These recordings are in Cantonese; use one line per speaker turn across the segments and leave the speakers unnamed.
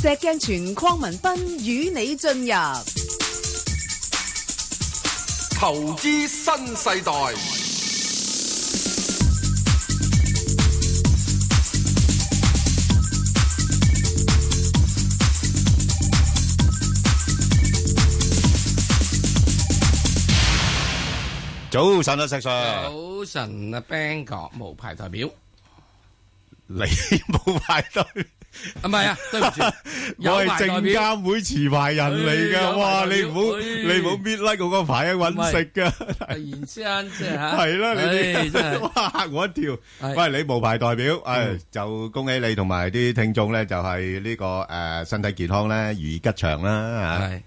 石鏡泉鄺民彬與你進入
投資新世代。
早晨啊，石 Sir，
早晨啊，Bang 哥無牌代表，
你冇排隊，
啊唔係啊，對唔住，有
我係
牌代
證
表，
監會持牌人嚟
哎
噶，哇！
有牌代
你
表
唔好
哎
你唔好搣甩我個牌啊，揾食噶，
突然之間即係 吓，
係啦，你
唉真
哋
係
哇嚇我一跳，
係
喂，你無牌代表，誒就恭喜你同埋啲聽眾咧，就係呢個誒身體健康咧，如意吉祥啦
係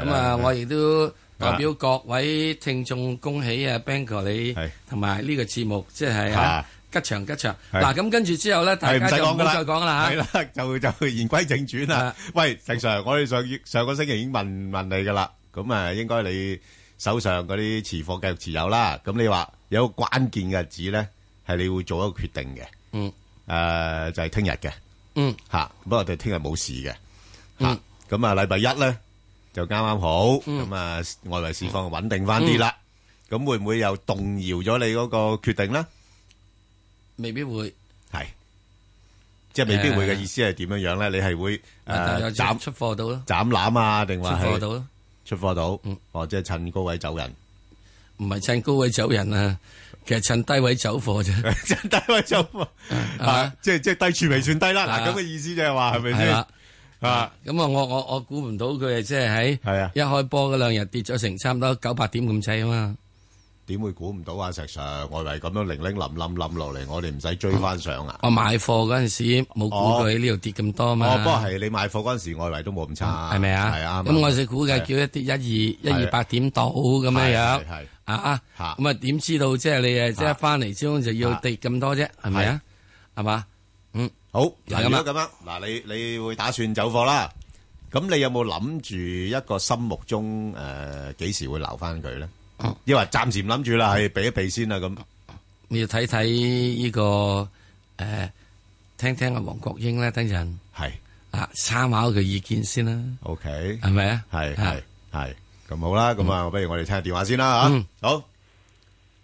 嚇。
咁啊，我亦都代表各位聽眾恭喜啊，Bang à, 哥你
係
同埋呢個節目即係
啊
啊吉祥吉祥。
係
嗱咁跟住之後咧，大
係唔
家
使
就唔
講
好
噶啦，
再講啦
係
嚇。
啦， 就就言歸正傳啦
啊。
喂，石 Sir，我哋上上個星期已經問問你噶啦，咁啊應該你手上嗰啲持貨繼續持有啦。咁你話有個關鍵嘅日子咧，係你會做一個決定嘅。
嗯，
誒就係聽日嘅
嗯
嚇，不過我哋聽日冇事嘅嚇
嗯。
咁啊禮拜一咧就啱啱好，咁啊外圍市況穩定翻啲啦。咁會唔會又動搖咗你嗰個決定咧？
未必會
係，即係未必會嘅
誒
意思係點樣樣咧？你係會
啊
誒
有
斬
出貨到咯，
斬攬啊，定
出
話
貨到
係
咯，
出貨到
嗯？
哦，即係趁高位走人，
唔係趁高位走人啊，其實趁低位走貨啫。
趁低位走啊！即係即係低處未算低啦。
啊
嗱，咁嘅意思就係話係咪
係啦
先。啊？
咁啊，我我我估唔到佢啊，即係喺
係啊
一開波嗰兩日跌咗成差唔多九百點咁滯啊嘛，
點會估唔到啊？石 Sir，外圍咁樣零零冧冧冧落嚟，我哋唔使追翻上啊！
我買貨嗰陣時冇估佢呢度跌咁多嘛，
哦哦，不過係你買貨嗰陣時，外圍都冇咁差，
係咪啊？
係啱。
咁我
啱
就估計叫一跌一二一
係
二百點到咁樣
係
樣
係係
啊，
嚇
咁啊點知道即係你啊誒即係翻嚟之後就要跌咁多啫，係咪啊？係嘛？嗯，
好，
就
嗱，
係
如
咁啦
果咁樣，嗱，你你會打算走貨啦？咁你有冇諗住一個心目中誒幾時會留翻佢咧？抑或暫時唔諗住啦，係避一避先啦。咁
你要睇睇呢個誒，聽聽阿黃國英咧，等陣
係
啊參考佢意見先啦，
，OK，
係咪啊？
係
啊
係係，咁好啦。咁啊，不如我哋聽下電話先啦
嗯
吓。好，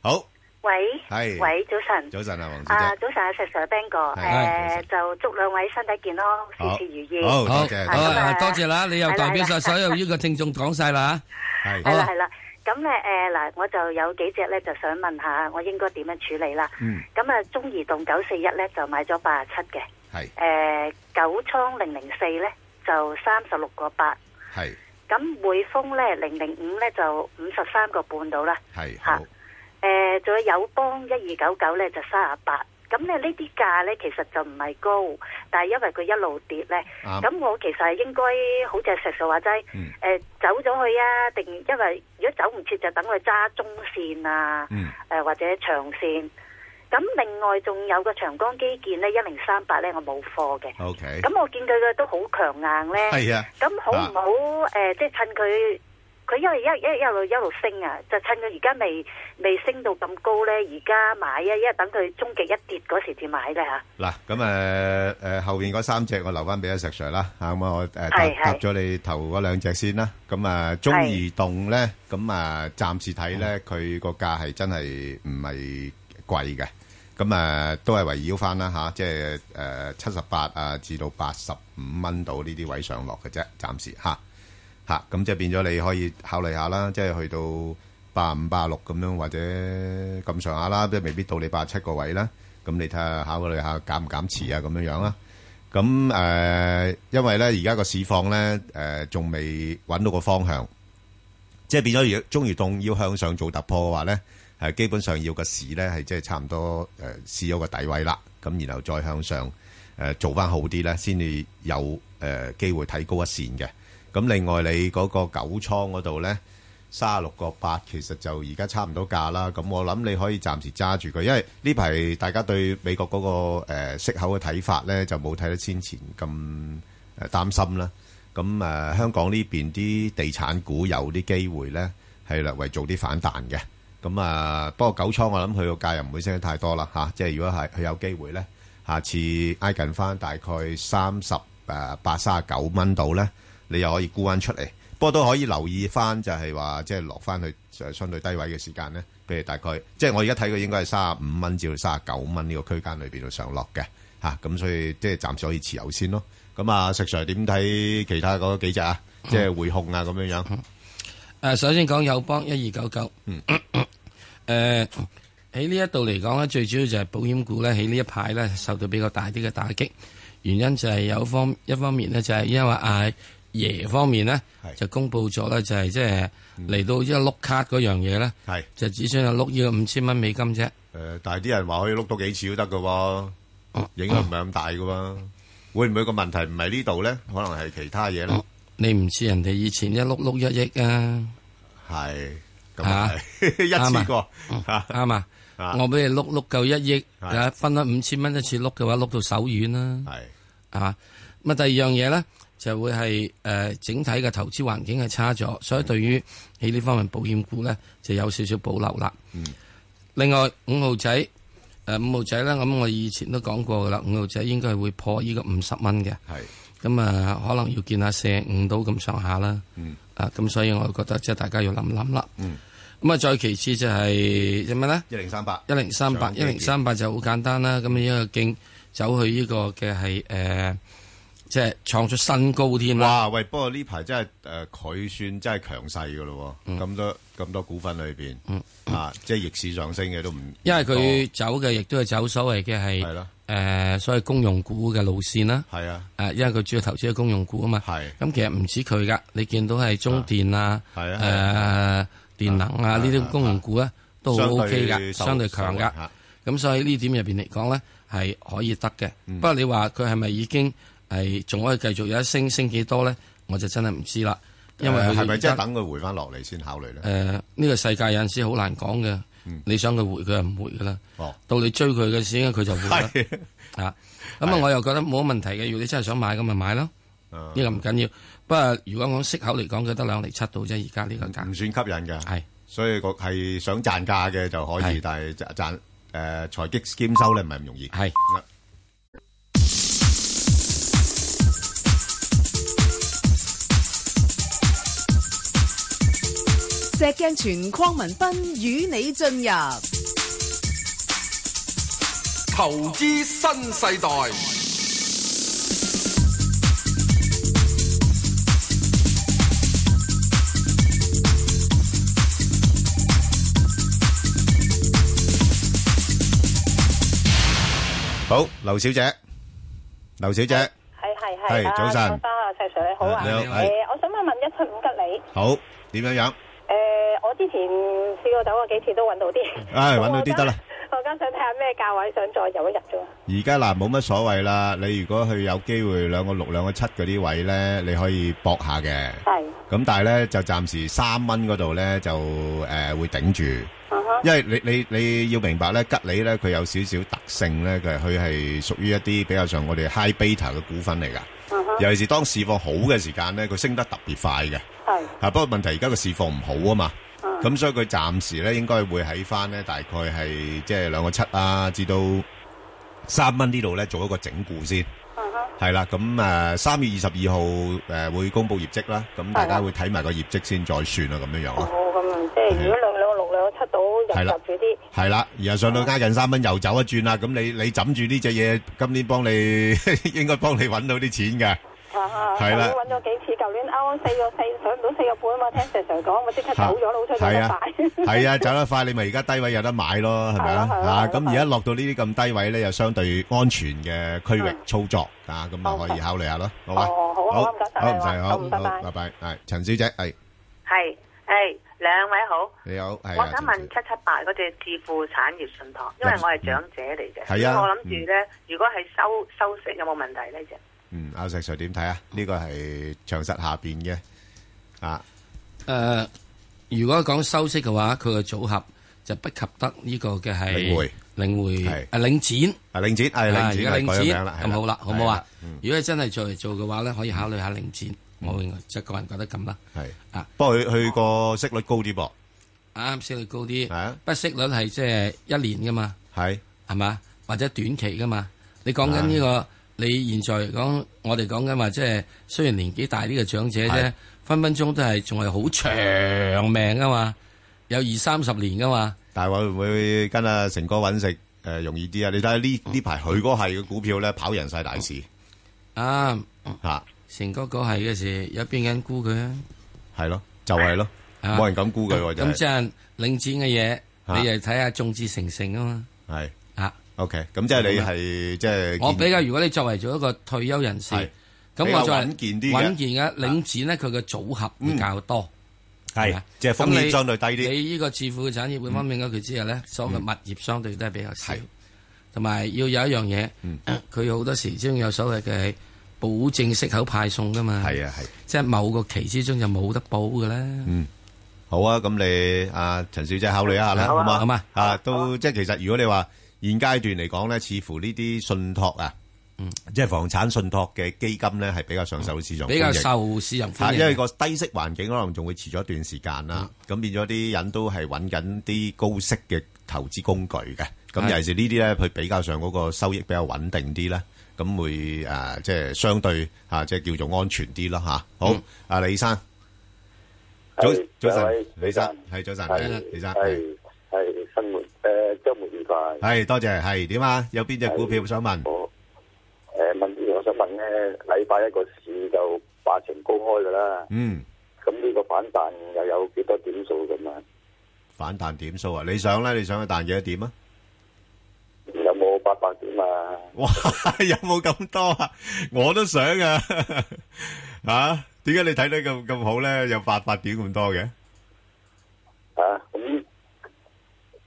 好，
喂，
係
喂，早晨，
早晨啊，黃小
啊，
姐，
早晨啊，石 Sir Ben 哥，
係
誒，就祝兩位身體健康，
好
事事如意。
好
好，
多謝
好
多謝
啊多謝啦！你又代表
係啦係
晒
啦
所有呢個聽眾講晒啦
係
係
好
啦
啊
係啦，咁咧誒嗱，我就有幾隻咧，就想問下我應該點樣處理啦。
嗯
咁啊，中移動九四一咧就買咗八十七嘅，
係
誒，九倉零零四咧就三十六個八，
係
咁匯豐咧零零五咧就五十三個半到啦。
係
嚇
好，
誒，呃仲有友邦一二九九咧就三十八，咁咧呢啲價咧其實就唔係高，但係因為佢一路跌咧，
啱
咁我其實係應該好似係石數話齋，誒、呃
嗯
走咗去啊，定因為如果走唔切就等佢揸中線啊，誒、
嗯
或者長線。咁另外仲有個長江基建咧，一零三八咧我冇貨嘅，
，OK，
咁我見佢嘅都好強硬咧。
係啊，
咁好唔好？誒、即係趁佢佢因為一一一路一路升啊，就趁佢而家未未升到咁高咧，而家買啊，因為等佢終極一跌嗰時至買咧嚇。
嗱，咁誒誒後面嗰三隻我留翻俾阿石 Sir 啦，嚇咁啊我誒答
係係
答咗你頭嗰兩隻先啦，咁啊中移動咧，咁啊暫時睇咧佢個價係真係唔係貴嘅，咁啊都係圍繞翻啦吓，即係誒七十八啊至到八十五蚊到呢啲位上落嘅啫，暫時吓。吓，咁即係變咗你可以考慮下啦，即係去到八五八六咁樣或者咁上下啦，即係未必到你八七個位啦。咁你睇下考慮下減唔減持啊咁樣樣啦。咁誒、呃因為咧而家個市況咧誒仲未揾到個方向，即係變咗如果中移動要向上做突破嘅話咧，係基本上要個市咧係即係差唔多呃誒試咗個底位啦，咁然後再向上誒、呃做翻好啲咧，先至有誒、呃、機會睇高一線嘅。咁另外你嗰個九倉嗰度咧，三十六個八其實就而家差唔多價啦。咁我諗你可以暫時揸住佢，因為呢排大家對美國嗰、個、呃、息口嘅睇法咧，就冇睇得先前咁誒擔心啦。咁誒、呃香港呢邊啲地產股有啲機會咧，係略為做啲反彈嘅。咁啊，不過九倉我諗佢個價又唔會升得太多啦嚇、即係如果係佢有機會咧，下次挨近翻大概三十誒誒八三啊九蚊度咧，你又可以沽翻出嚟。不過都可以留意翻，就係話即係落翻去誒相對低位嘅時間咧，譬如大概即係我而家睇佢應該係三啊五蚊至到三啊九蚊呢個區間裏邊度上落嘅嚇，咁、所以即係暫時可以持有先咯。咁啊，石 Sir 點睇其他嗰幾隻啊？即係匯控啊咁樣樣。
誒，首先講友邦一二九九，誒喺呢一度嚟講咧，最主要就係保險股咧喺呢一派咧受到比較大啲嘅打擊，原因就係有方一方面咧就係因為阿爺方面咧
係
就公布咗咧就係即係嚟到一碌卡嗰樣嘢咧，
係
就只需要碌呢個五千蚊美金啫。
誒、但係啲人話可以碌到幾次都得嘅喎，影響唔係咁大嘅喎。會唔會個問題唔係呢度咧？可能係其他嘢咧。
你唔似人哋以前一碌碌一億啊，
係咁啊係 一次過嚇
啱啊！
啊
我俾你碌碌夠一億，
係嗯
啊分咗五千蚊一次碌嘅話，碌到手軟啦。
係
啊，咁啊第二樣嘢咧就會係誒、呃整體嘅投資環境係差咗，所以對於喺呢方面保險股咧就有少少保留啦。
嗯
另外五號仔誒、呃五號仔咧，咁我以前都講過噶啦，五號仔應該係會破呢個五十蚊嘅，
係
咁啊可能要見下四五到咁上下啦。
嗯
啊，咁所以我覺得即係大家要諗諗啦。
嗯
咁啊，再其次就係係咩咧？
一零三八
一零三八
上
一
機
零三八就好簡單啦。咁一個徑走去呢個嘅係誒，即係創出新高添
哇
啦。
喂！不過呢排真係誒呃佢算真係強勢嘅咯
嗯
喎，咁多咁多股份裏邊啊，即係逆市上升嘅都唔
因為佢走嘅亦都係走所謂嘅
哦係
係
咯，
誒，所謂公用股嘅路線啦。
係啊
誒，因為佢主要投資喺公用股啊嘛。
係
咁其實唔止佢噶，你見到係中電啊、
係啊係
誒電能啊呢啲公用股咧都好
相
OK 噶，
對受
相對強
受
噶
惠。嚇
咁所以呢點入邊嚟講咧，係可以得嘅。
嗯
不過你話佢係咪已經係仲可以繼續有一升升幾多咧？我就真係唔知啦，因為佢
誒係咪
而
即
家
係等佢回翻落嚟先考慮咧？
誒呢個世界有陣時好難講嘅。
嗯
你想佢回，佢係唔回噶啦。
哦，
到你追佢嘅時候，佢就回啦。
係
啊，咁啊，
係
我又覺得冇乜問題嘅。如果你真係想買，咁咪買咯。
啊
呢個唔緊要。不過如果講息口嚟講，佢得兩厘七度啫。而家呢個價
唔算吸引嘅。
係
所以個係想賺價嘅就可
係
以，但係賺賺誒財擊兼收咧唔係咁容易。
係。
石鏡泉框文斌與你進入
投資新世代，
好，劉小姐，劉小
系系
姐，
系，
係
啊
早晨
早啊，石 Sir 你好啊，
你
诶、
好係
我想問問一七五吉利，
好點樣樣？
诶、呃我之前試過走過幾次都揾到啲，
唉揾到啲得啦
我而家。我而家想睇下咩價位，想再入一入啫嘛。
而家嗱冇乜所謂啦，你如果佢有機會兩個六、兩個七嗰啲位咧，你可以搏下嘅。
係，
咁但係咧就暫時三蚊嗰度咧就誒、呃、會頂住。
嗯哼，
因為你你你要明白咧，吉利咧佢有少少特性咧，佢佢係屬於一啲比較上我哋 high beta 嘅股份嚟㗎。
嗯哼，
尤其是當市況好嘅時間咧，佢升得特別快嘅。
係，
啊，不過問題而家個市況唔好啊嘛，
嗯，
咁所以佢暫時咧應該會喺翻咧大概係即係兩個七啊，至到三蚊呢度咧做一個整固先。
嗯哼，
係啦，咁誒三月二十二號誒會公布業績啦，咁大家會睇埋個業績先再算啦，咁樣樣
好
咯。
咁啊，即係如果兩兩六兩七到入
係啦
入住啲，
係啦，然後上到加近三蚊又走一轉啦，咁你你枕住呢只嘢，今年幫你 應該幫你揾到啲錢嘅。
啊啊，
係啦
舊年揾咗幾次，舊年啱啱四個四上唔到四個半啊嘛，聽石 Sir 講，我即刻走咗啦，好彩走
係
得
啊
快，
係啊，走得快，你咪而家低位有 得買咯，係咪啊？
係啊係啊
啊，
係啊
咁而家落到呢啲咁低位咧，有相對安全嘅區域
嗯
操作啊，咁啊可以考慮下咯，好嘛？
哦好啊好啊唔該晒
好唔
你
使，
啊
好，
好
好
拜拜
拜拜。係陳小姐，係
系，诶，兩位好，
你好，係
我
啊
想問
陳
七
小姐
七八嗰隻置富產業信託，因為我係長者嚟嘅，
嗯係啊
咁我諗住咧，如果係收收息有冇問題咧？啫，
嗯，阿石 Sir 點睇啊？呢個係長實下邊嘅啊，
誒，呃如果講收息嘅話，佢嘅組合就不及得呢個嘅係
領匯
領匯
係
啊領展。
啊領展，係
啊
領展，係改
而
咗
家領
名啦，
展
係
咁好啦，好唔好
係
啊
啦嗯？
如果真係再嚟做嘅話咧，可以考慮下領展，我認為即係個人覺得咁啦。
係
啊，
不過佢佢個息率高啲噃，
啱息率高
係
啲
啊，
不息率係即係一年噶嘛，
係啊
係嘛？或者短期噶嘛？你講緊呢個你現在嚟講，我哋講緊話，即係雖然年紀大啲嘅長者啫
係，
分分鐘都係仲係好長命噶嘛，有二三十年噶嘛。
但係會唔會跟阿成哥揾食誒容易啲啊？你睇下
嗯
呢呢排佢嗰係嘅股票咧，跑贏晒大市
啊，
嚇，
成哥嗰係嘅時，有邊個人估佢啊？
係咯，就係咯，
啊
冇人敢估佢喎，真
咁即
係
係領展嘅嘢，
啊
你又睇下眾志成城啊嘛。
係
啊，
OK。咁即係你係即係
我
建
比較，如果你作為做一個退休人士，
係
咁
比較
我就係
穩健啲嘅嗯
穩健嘅領展咧，佢嘅組合會較多。
係
嘛
即係風險相對低
啊咁
啲，嗯
你你呢個置富嘅產業會方面咗佢之後咧，所有嘅物業相對都係比較少
係，嗯
同埋要有一樣嘢，佢好多時之中有所謂嘅保證息口派送噶嘛，
係啊係。
即係某個期之中就冇得保嘅啦。
好啊，咁你啊陳小姐考慮一下啦，
好啊
嘛？
好啊
啊，都即係其實如果你話現階段嚟講咧，似乎呢啲信託啊，
嗯
即係房產信託嘅基金咧，係比較上手市場
比較
歡迎
受市場
嚇
歡
因為
迎，
個低息環境可能仲會持咗一段時間啦，咁變咗啲人都係揾緊啲高息嘅投資工具嘅，咁
係
尤其是呢啲咧，佢比較上嗰個收益比較穩定啲咧，咁會誒、呃即係相對啊，即係叫做安全啲咯吓，好，阿、李生，早早晨
係兩位，
李生係早晨，
係
李生係
係係生活誒週末愉快。
係多謝係點啊？有邊只股票想問？
我誒呃問，我想問咧，禮拜一個市就八成高開㗎啦，
嗯，
咁呢個反彈又有幾多點數咁啊？
反彈點數啊？你想咧？你想去彈幾多點啊？
有冇八百點啊？
哇！ 有冇咁多啊？我都想啊！ 啊，點解你睇得咁咁好咧？有八百點咁多嘅？
啊，咁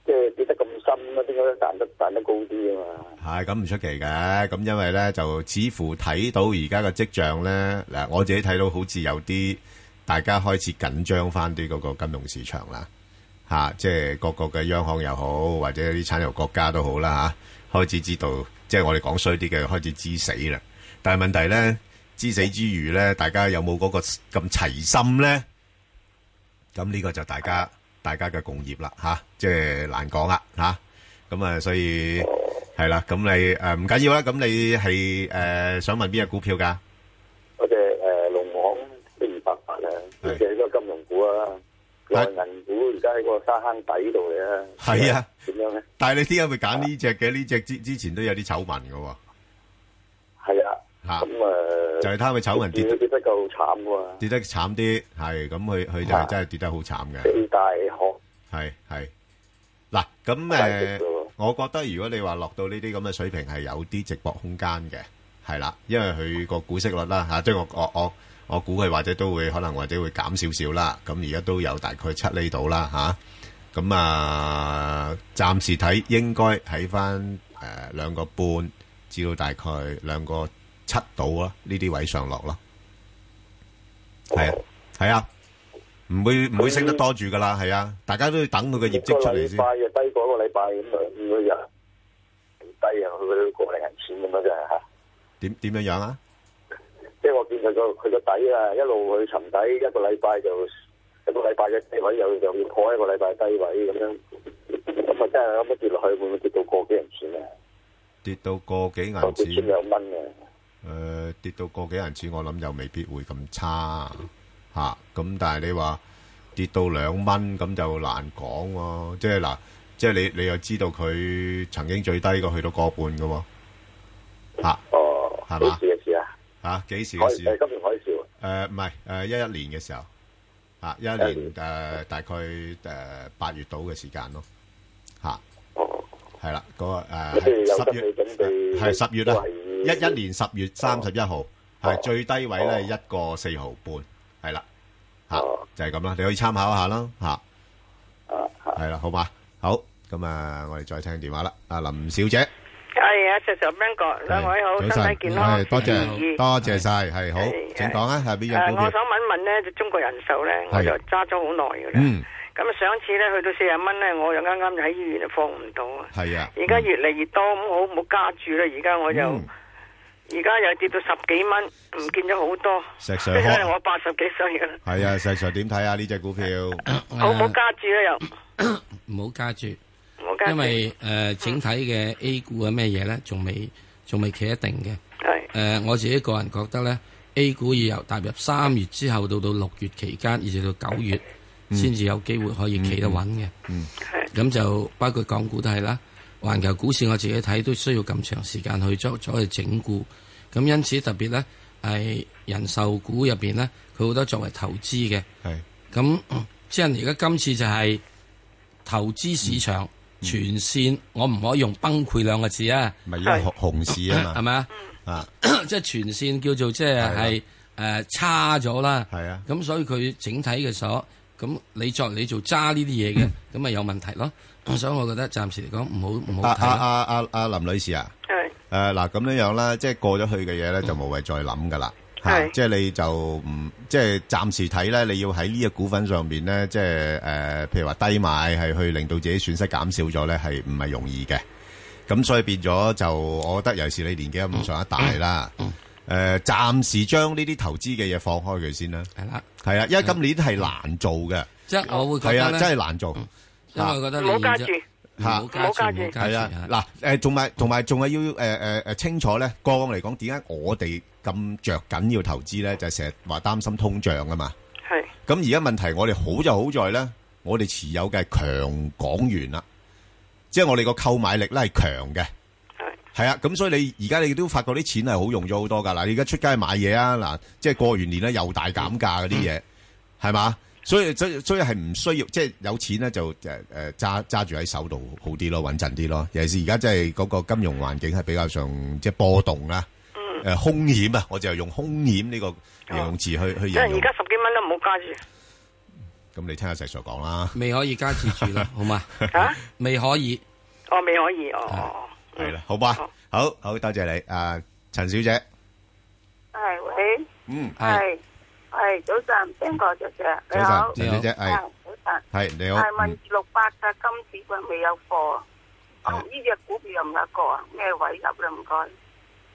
即係跌得咁深啦，點解彈得彈得高啲啊嘛？
係咁唔出奇嘅，咁因為咧就似乎睇到而家嘅跡象咧，嗱我自己睇到好似有啲大家開始緊張翻啲嗰個金融市場啦，嚇、即係各個嘅央行又好，或者啲產油國家都好啦嚇、開始知道，即係我哋講衰啲嘅開始知死啦。但係問題咧，知死之餘咧，大家有冇嗰個咁齊心咧？咁呢個就大家大家嘅共業啦嚇、即係難講啦嚇。咁啊，所以係啦，咁你誒唔緊要啊啦，咁你係誒想問邊只股票㗎？
嗰只誒呃農行都二百八啊，呢只都係金融股啊，內
但
銀股而家喺個沙坑底度嚟啊。
係啊，
點樣咧？
但係你點解會揀呢只嘅？呢只之之前都有啲醜聞嘅喎，
係啊，
嚇
咁誒
就係貪佢醜聞跌
跌跌得夠慘喎。
跌得慘啲，係咁佢佢就係真係跌得好慘嘅。
四大學
係係嗱，咁誒、
係嘅
我覺得如果你話落到呢啲咁嘅水平，係有啲直播空間嘅，係啦，因為佢個股息率啦嚇，即係我我我我估佢或者都會可能或者會減少少啦，咁而家都有大概七厘度啦吓，咁啊，暫時睇應該喺翻誒兩個半至到大概兩個七度啦，呢啲位上落咯，係啊，係啊。唔會唔會升得多住噶啦，係啊，大家都要等佢個業績出嚟
一
先
個禮。拜又低過一個禮拜咁啊，五個日低啊，去到過零銀錢咁樣啊真係嚇。
點點樣樣啊？
即係我見佢個佢個底啊，一路去沉底，一個禮拜就一個禮拜嘅低位又又要破一個禮拜低位咁樣，咁啊真係咁樣跌落去，會唔會跌到個幾銀錢啊？
跌到個幾銀
個幾千
錢，誒、
兩蚊啊！
跌到個幾銀錢，我諗又未必會咁差嚇。咁、但係你話跌到兩蚊咁就難講喎、即係嗱，即係你你又知道佢曾經最低過去到個半嘅喎、嚇
哦，
係
幾
嘛
時嘅事啊？
嚇幾時
海
嘅事啊
誒？金融海嘯啊
誒唔係誒一一年嘅時候啊，一一年誒、大概誒八、月到嘅時間咯嚇，
哦，
係、啦，嗰、
即係有
個誒
心理準備，
係十月啦，一
係
一年十月三十一號係最低位咧一個四毫半，係啦嚇
哦
就係咁啦，你可以參考一下啦嚇，
啊嚇。
係啦，好嘛，好咁啊，我哋再聽電話啦，阿林小姐，
係啊，石 Sir Ben 哥，兩位好，
係
身
早晨，
體健康，
係多
如意
謝多謝晒，係好
係，
請講啊，係邊
誒
樣股
我
票？
想問問咧，就中國人壽咧，我
係
就揸咗好耐嘅啦。
嗯，
咁上次咧去到四十蚊咧，我又啱啱喺醫院放唔到啊。
係啊，
而家越嚟越多，咁我冇加住啦。而家我就
嗯
而家又跌到十幾蚊，唔見咗好多。
石
即
Sir
係
開。
我八十幾歲噶啦，
系啊，石 Sir 点睇啊？呢只 股票
好冇加住啦又，
啊唔好加住，
冇加住。
呃因為誒整體嘅 A 股嘅咩嘢咧，仲未仲未企一定嘅。
係
誒我自己個人覺得咧，A 股要由踏入三月之後到到六月期間，以至到九月，
嗯
先至有機會可以企得穩嘅。咁就包括港股都係啦，環球股市我自己睇都需要咁長時間去作咗去整固。咁因此特別咧係人壽股入邊咧，佢好多作為投資嘅。
係
咁嗯即係而家今次就係投資市場
嗯
全線，我唔可以用崩潰兩個字啊，
咪因為熊熊市啊
係
嘛，
咪啊？
啊
即係全線叫做即係係誒差咗啦。
係啊
咁所以佢整體嘅所，咁你作你做揸呢啲嘢
嗯
嘅，咁咪有問題 咯。所以我覺得暫時嚟講唔好唔
啊啊
好睇
啊
啦。
啊啊林女士啊。
係
诶，嗱咁樣樣啦，即係過咗去嘅嘢咧，就無謂再諗噶啦。吓，
嗯係
即係你就唔即係暫時睇咧，你要喺呢個股份上面咧，即係诶、呃譬如話低買係去令到自己損失減少咗咧，係唔係容易嘅？咁所以變咗就，我覺得尤其是你年紀咁上下大啦，
嗯
诶、暫時將呢啲投資嘅嘢放開佢先啦。
係啦，
係啊，因為今年係難做嘅，
即係我會覺
係
得
啊，真係
咧，
難做。
因為我覺得你
唔好加注
現在
嚇
唔好加
唔好加
注，
注
唔好加
係
注
啊，
嚇。
嗱，誒，仲埋同埋仲係要誒誒誒清楚咧，個案嚟講，點解我哋咁着緊要投資咧？就係成日話擔心通脹啊嘛。
係
咁而家問題，我哋好就好在咧，我哋持有嘅係強港元啦，即係我哋個購買力咧係強嘅。係啊，咁所以你而家你都發覺啲錢係好用咗好多㗎啦。你而家出街買嘢啊，嗱，即係過完年咧又大減價嗰啲
嗯
嘢，係嘛？所以所以所以係唔需要，即係有錢咧就誒誒揸揸住喺手度好啲咯，穩陣啲咯。尤其是而家即係嗰個金融環境係比較上即係波動啦，誒、
嗯
兇險啊，我就用兇險呢個形容詞去、去
即係
形
而
容。
家十幾蚊都唔好加住
咁你聽下石 Sir 講啦。
未可以加注住 啦，好嘛？
嚇，
未可以，
我未可以，哦，
系啦，好吧，好好多谢你，啊，陈小姐，
系喂，系
嗯，
係
系早晨，边个着嘅？
早晨，
你
陈
好
小姐
啊
系
早晨。
系你好，
系问
嗯
二六八嘅金子佢未有货，
係
哦，呢只股票又唔有一個啊，咩位入咧？唔該。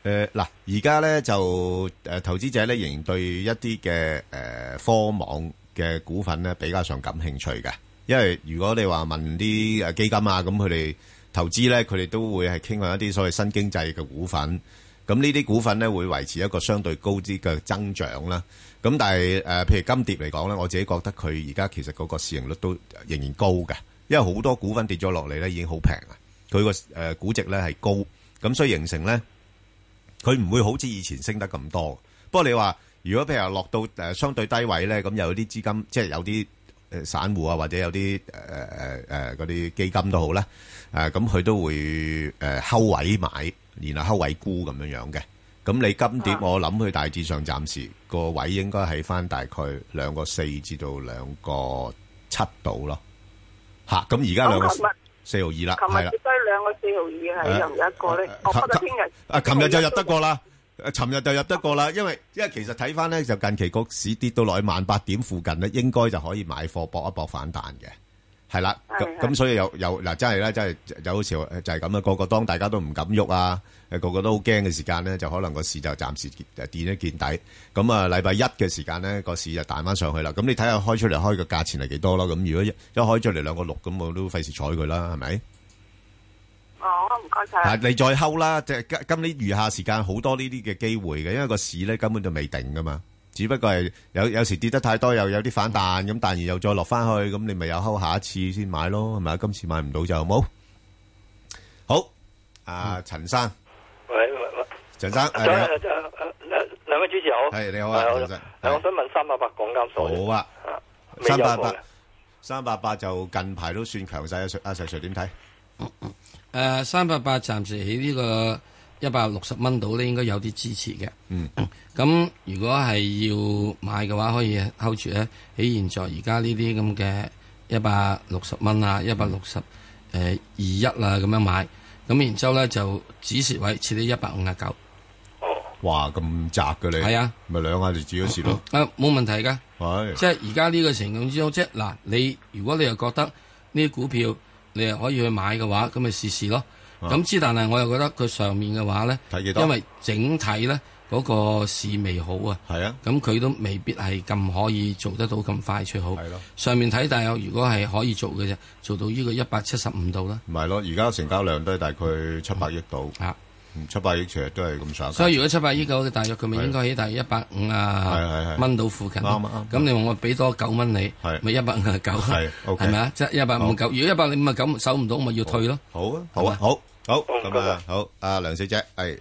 诶呃嗱，而家咧就诶投資者咧仍然對一啲嘅诶科網嘅股份咧比較上感興趣嘅，因為如果你話問啲诶基金啊，咁佢哋投資咧，佢哋都會係傾向一啲所謂新經濟嘅股份。咁呢啲股份咧會維持一個相對高啲嘅增長啦。咁但係誒、呃譬如金蝶嚟講咧，我自己覺得佢而家其實嗰個市盈率都呃仍然高嘅，因為好多股份跌咗落嚟咧已經好平啦，佢個誒估值咧係高，咁所以形成咧佢唔會好似以前升得咁多。不過你話如果譬如話落到誒、呃相對低位咧，咁有啲資金即係有啲。誒散户啊，或者有啲誒誒誒嗰啲基金都好啦，誒咁佢都會誒睺位買，然後睺位沽咁樣樣嘅。咁你今碟我諗佢大致上暫時個位應該係翻大概兩個四至到兩個七度咯。嚇、咁而家兩個
咁琴日
四毫二啦，
琴
係
日
啦
跌。低兩個四毫二，係又唔有一個咧
誒誒。
我覺得
琴
聽日
啊，琴日就入得過啦，誒尋日就入得過啦，因為因為其實睇翻咧，就近期個市跌到落去萬八點附近咧，應該就可以買貨搏一搏反彈嘅，係啦，咁
係係
咁所以有有嗱，真係咧，真係有時候就係咁啦，個個當大家都唔敢喐啊，誒個個都好驚嘅時間咧，就可能個市就暫時見誒見一見底，咁啊禮拜一嘅時間咧，個市就彈翻上去啦，咁你睇下開出嚟開個價錢係幾多咯，咁如果一一開出嚟兩個六，咁我都費事睬佢啦，係咪？
哦，唔該晒。
啊，你再睺啦，即係今今年餘下時間好多呢啲嘅機會嘅，因為個市咧根本就未定噶嘛，只不過係有有時跌得太多，又有啲反彈，咁彈完又再落翻去，咁你咪又睺下一次先買咯，係咪啊？今次買唔到就好冇。好，啊，陳生，
喂喂喂，
陳生，誒你
ờ,
兩兩位主持好，
好，係你好啊，
係
陳生，
我想問三百八港交所，
好啊，
未
三
有
八
貨
八
嘅，
三八八就近排都算強勢啊，石阿石 Sir 點睇？
誒呃三百八暫時喺呢個一百六十蚊度咧，應該有啲支持嘅。
嗯，
咁如果係要買嘅話，可以 hold 住咧。喺現在而家呢啲咁嘅一百六十蚊啊，一百六十誒二一啊咁樣買。咁然之後咧就止蝕位設喺一百五啊九，
哇，咁窄嘅你，
係啊，
咪兩下就止咗蝕咯，
啊冇問題㗎。
係。
即係而家呢個情況之中，即係嗱，你如果你又覺得呢啲股票你又可以去買嘅話，咁咪試試咯。咁之但係我又覺得佢上面嘅話咧，
啊睇幾多
因為整體咧嗰、個市未好啊，
係啊，
咁佢都未必係咁可以做得到咁快最好。
係咯
上面睇大約如果係可以做嘅啫，做到呢個一百七十五度啦。
唔係咯，而家成交量都係大概七百億度。
啊，
七百億其實都係咁上下
所
價。
以如果七百依九，大約佢咪應該喺大約一百五
係係
啊
係
蚊到附近。
啱啊啱
咁你話我俾多九蚊你
係，
咪一百五啊九，
係，OK
係咪啊？即係一百五九。如果一百五啊九守唔到，咪要退咯。
好啊，好啊，好，好咁啊，好啊，梁小姐係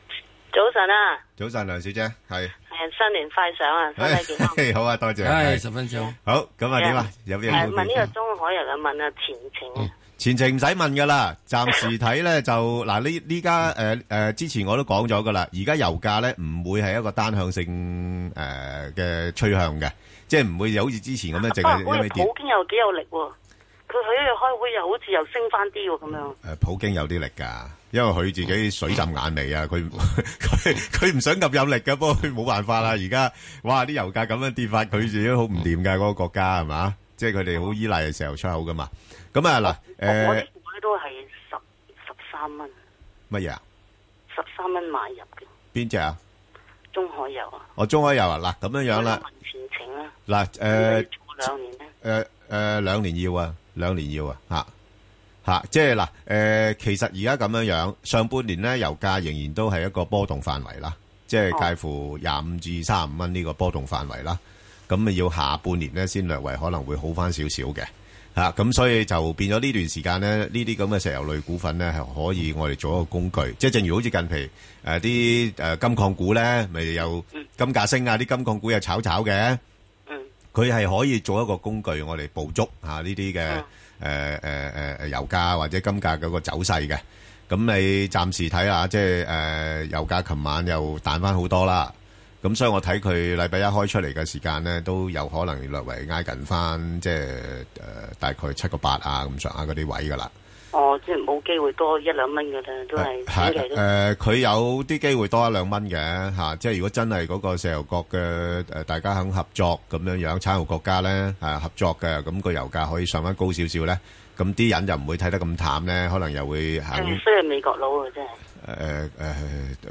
早晨啊，
早晨，梁小姐係，
誒新年快上啊，身體健 康。
唉好啊，多謝，
唉，
係
十分鐘。
好咁啊，點啊？有
誒
咩
問呢個中海油嘅問啊前程啊，
前程唔使問噶啦，暫時睇咧就嗱呢呢家誒誒之前我都講咗噶啦，而家油價咧唔會係一個單向性誒嘅、趨向嘅，即係唔會好似之前咁樣淨
啊
係
嗰
因為
日
跌
普京又幾有力喎，佢去一日開會又好似又升翻啲喎咁樣。
誒呃普京有啲力㗎，因為佢自己水浸眼眉啊，佢 佢佢唔想咁有力㗎，不過佢冇辦法啦。而家哇啲油價咁樣跌法，佢自己都好唔掂㗎嗰個國家係嘛？即係佢哋好依賴石油出口㗎嘛。咁啊嗱
我我
誒
啲股咧都係十十三蚊，
乜嘢啊？
十三蚊買入嘅
邊只啊？
中海油啊。
我中海油啊嗱咁樣樣啦
問前程啊，
嗱呃
誒
誒。
做兩年咧，
诶诶，两、年要啊，呃兩年要啊，吓吓，即係嗱，诶、其實而家咁樣樣，上半年咧油價仍然都係一個波動範圍啦，即係介乎廿五至三十五蚊呢個波動範圍啦。咁啊，要下半年咧先略為可能會好翻少少嘅。吓咁、所以就變咗呢段時間咧，呢啲咁嘅石油類股份咧係可以我哋做一個工具，即係正如好似近期誒啲誒金礦股咧，咪又金價升啊，啲金礦股又炒炒嘅。佢係可以做一個工具，我哋捕捉嚇呢啲嘅誒誒誒誒油價或者金價嗰個走勢嘅。咁你暫時睇下，即係誒、呃油價琴晚又彈翻好多啦。咁所以我睇佢禮拜一開出嚟嘅時間咧，都有可能略為挨近翻，即係誒、呃大概七個八啊咁上下嗰啲位噶啦。
哦，即係冇機會多一兩蚊嘅啦，都係短期
係
都
誒，佢有啲機會多一兩蚊嘅嚇，即係如果真係嗰個石油國嘅誒，大家肯合作咁樣樣，產油國家咧誒合作嘅，咁個油價可以上翻高少少咧，咁啲人就唔會睇得咁淡咧，可能又會肯
最衰係美國佬啊，真
誒誒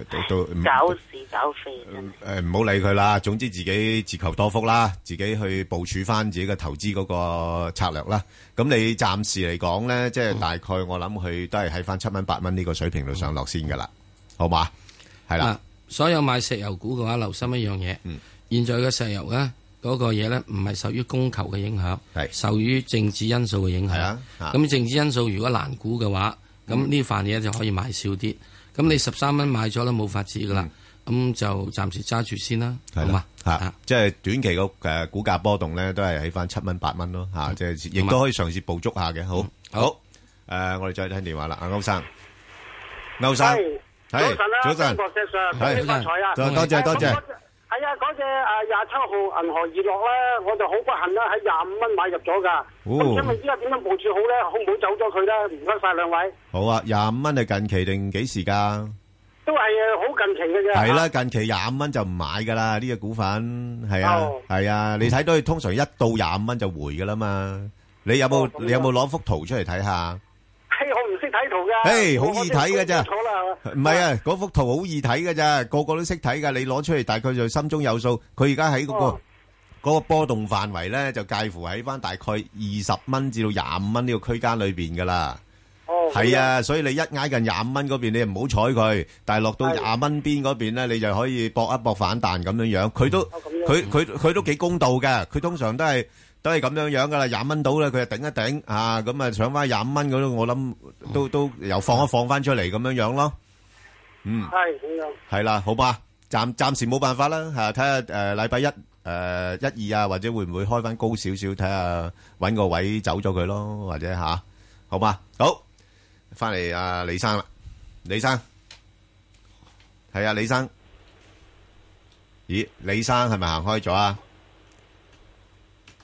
到到唔
係搞事搞非真係。
誒呃唔好理佢啦，總之自己自求多福啦，自己去部署翻自己嘅投資嗰個策略啦。咁你暫時嚟講咧，即
嗯
係大概我諗佢都係喺翻七蚊八蚊呢個水平度上落先噶啦，好嘛？係啦。
嗱，啊所有買石油股嘅話，留心一樣嘢。
嗯
現在嘅石油咧，嗰個嘢咧，唔係受於供求嘅影響，
係
受於政治因素嘅影響。
係啊啊嗯
咁政治因素如果難估嘅話，咁呢份嘢就可以買少啲。咁你十三蚊買咗咧，冇法子噶啦。咁就暫時揸住先啦，
嗯係
好
啦
嘛？
嚇
啊
即係短期個誒股價波動咧，都係喺翻七蚊八蚊咯
嗯
嚇，即係亦都可以嘗試捕捉下嘅。好，
好
好誒，我哋再聽電話啦，阿歐生，歐生，係早晨，係
發財啊
多多謝多謝，
系啊，嗰只诶廿七號銀河娛樂咧，我就好不幸啦，喺廿五蚊買入咗㗎。咁請問依家點樣部署好咧？好唔好走咗佢咧？唔該晒兩位，
好啊，廿五蚊係近期定幾時㗎？
都係诶好近期 嘅啫。
係啦，近期廿五蚊就唔買㗎啦，呢只股份係啊
哦
係啊，你睇到佢通常一到廿五蚊就回㗎啦嘛。你有冇你有冇攞幅圖出嚟睇下？
嘿，我唔識睇圖㗎。
嘿好易睇㗎咋
我我我錯啦。
唔係啊，嗰幅圖好易睇㗎咋，個個都識睇㗎。你攞出嚟，大概就心中有數。佢而家喺嗰
哦
個嗰個波動範圍咧，就介乎喺翻大概二十蚊至到廿五蚊呢個區間裏邊㗎啦。
哦，
係啊，所以你一挨近廿五蚊嗰邊，你唔好睬佢，但係落到
係
廿蚊邊嗰邊咧，你就可以搏一搏反彈咁樣樣。佢都
咁樣
佢佢佢都幾公道嘅，佢通常都係都係咁樣樣噶啦，廿蚊到啦，佢就頂一頂啊，咁啊上翻廿五蚊嗰度，我諗都都又放一放翻出嚟咁樣樣咯。嗯。
係咁樣。
系啦，好吧，暫暫時冇辦法啦，吓睇下诶禮拜一诶一二啊，或者會唔會開翻高少少，睇下搵個位走咗佢咯，或者吓、好嘛，好，翻嚟阿李生啦，李生，係啊，李生，咦，李生係咪行開咗啊？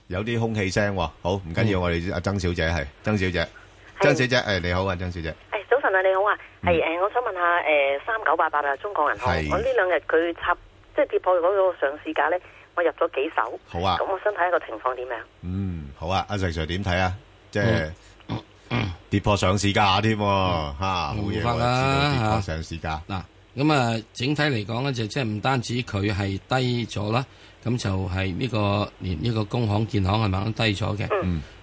有啲空氣聲喎，好唔緊要，我哋阿曾小姐係曾小姐，曾小姐，诶你好啊，曾小姐，
诶，早晨啊，你好啊，係诶，我想問下诶，三九八八啊，中國銀行
嗯係，
我呢兩日佢插即係跌破嗰個上市價咧，我入咗幾手，
好啊
咁，我想睇下個情況點樣。
嗯，好啊，阿石 Sir 点睇啊？即系跌破上市价添喎，吓好嘢喎，知
嗯冇法
道
啦
跌破
嚇
上市价，
嗱，咁啊，整體嚟講咧，就即係唔單止佢係低咗啦，咁就係呢、個連呢個工行、建行係咪都低咗嘅。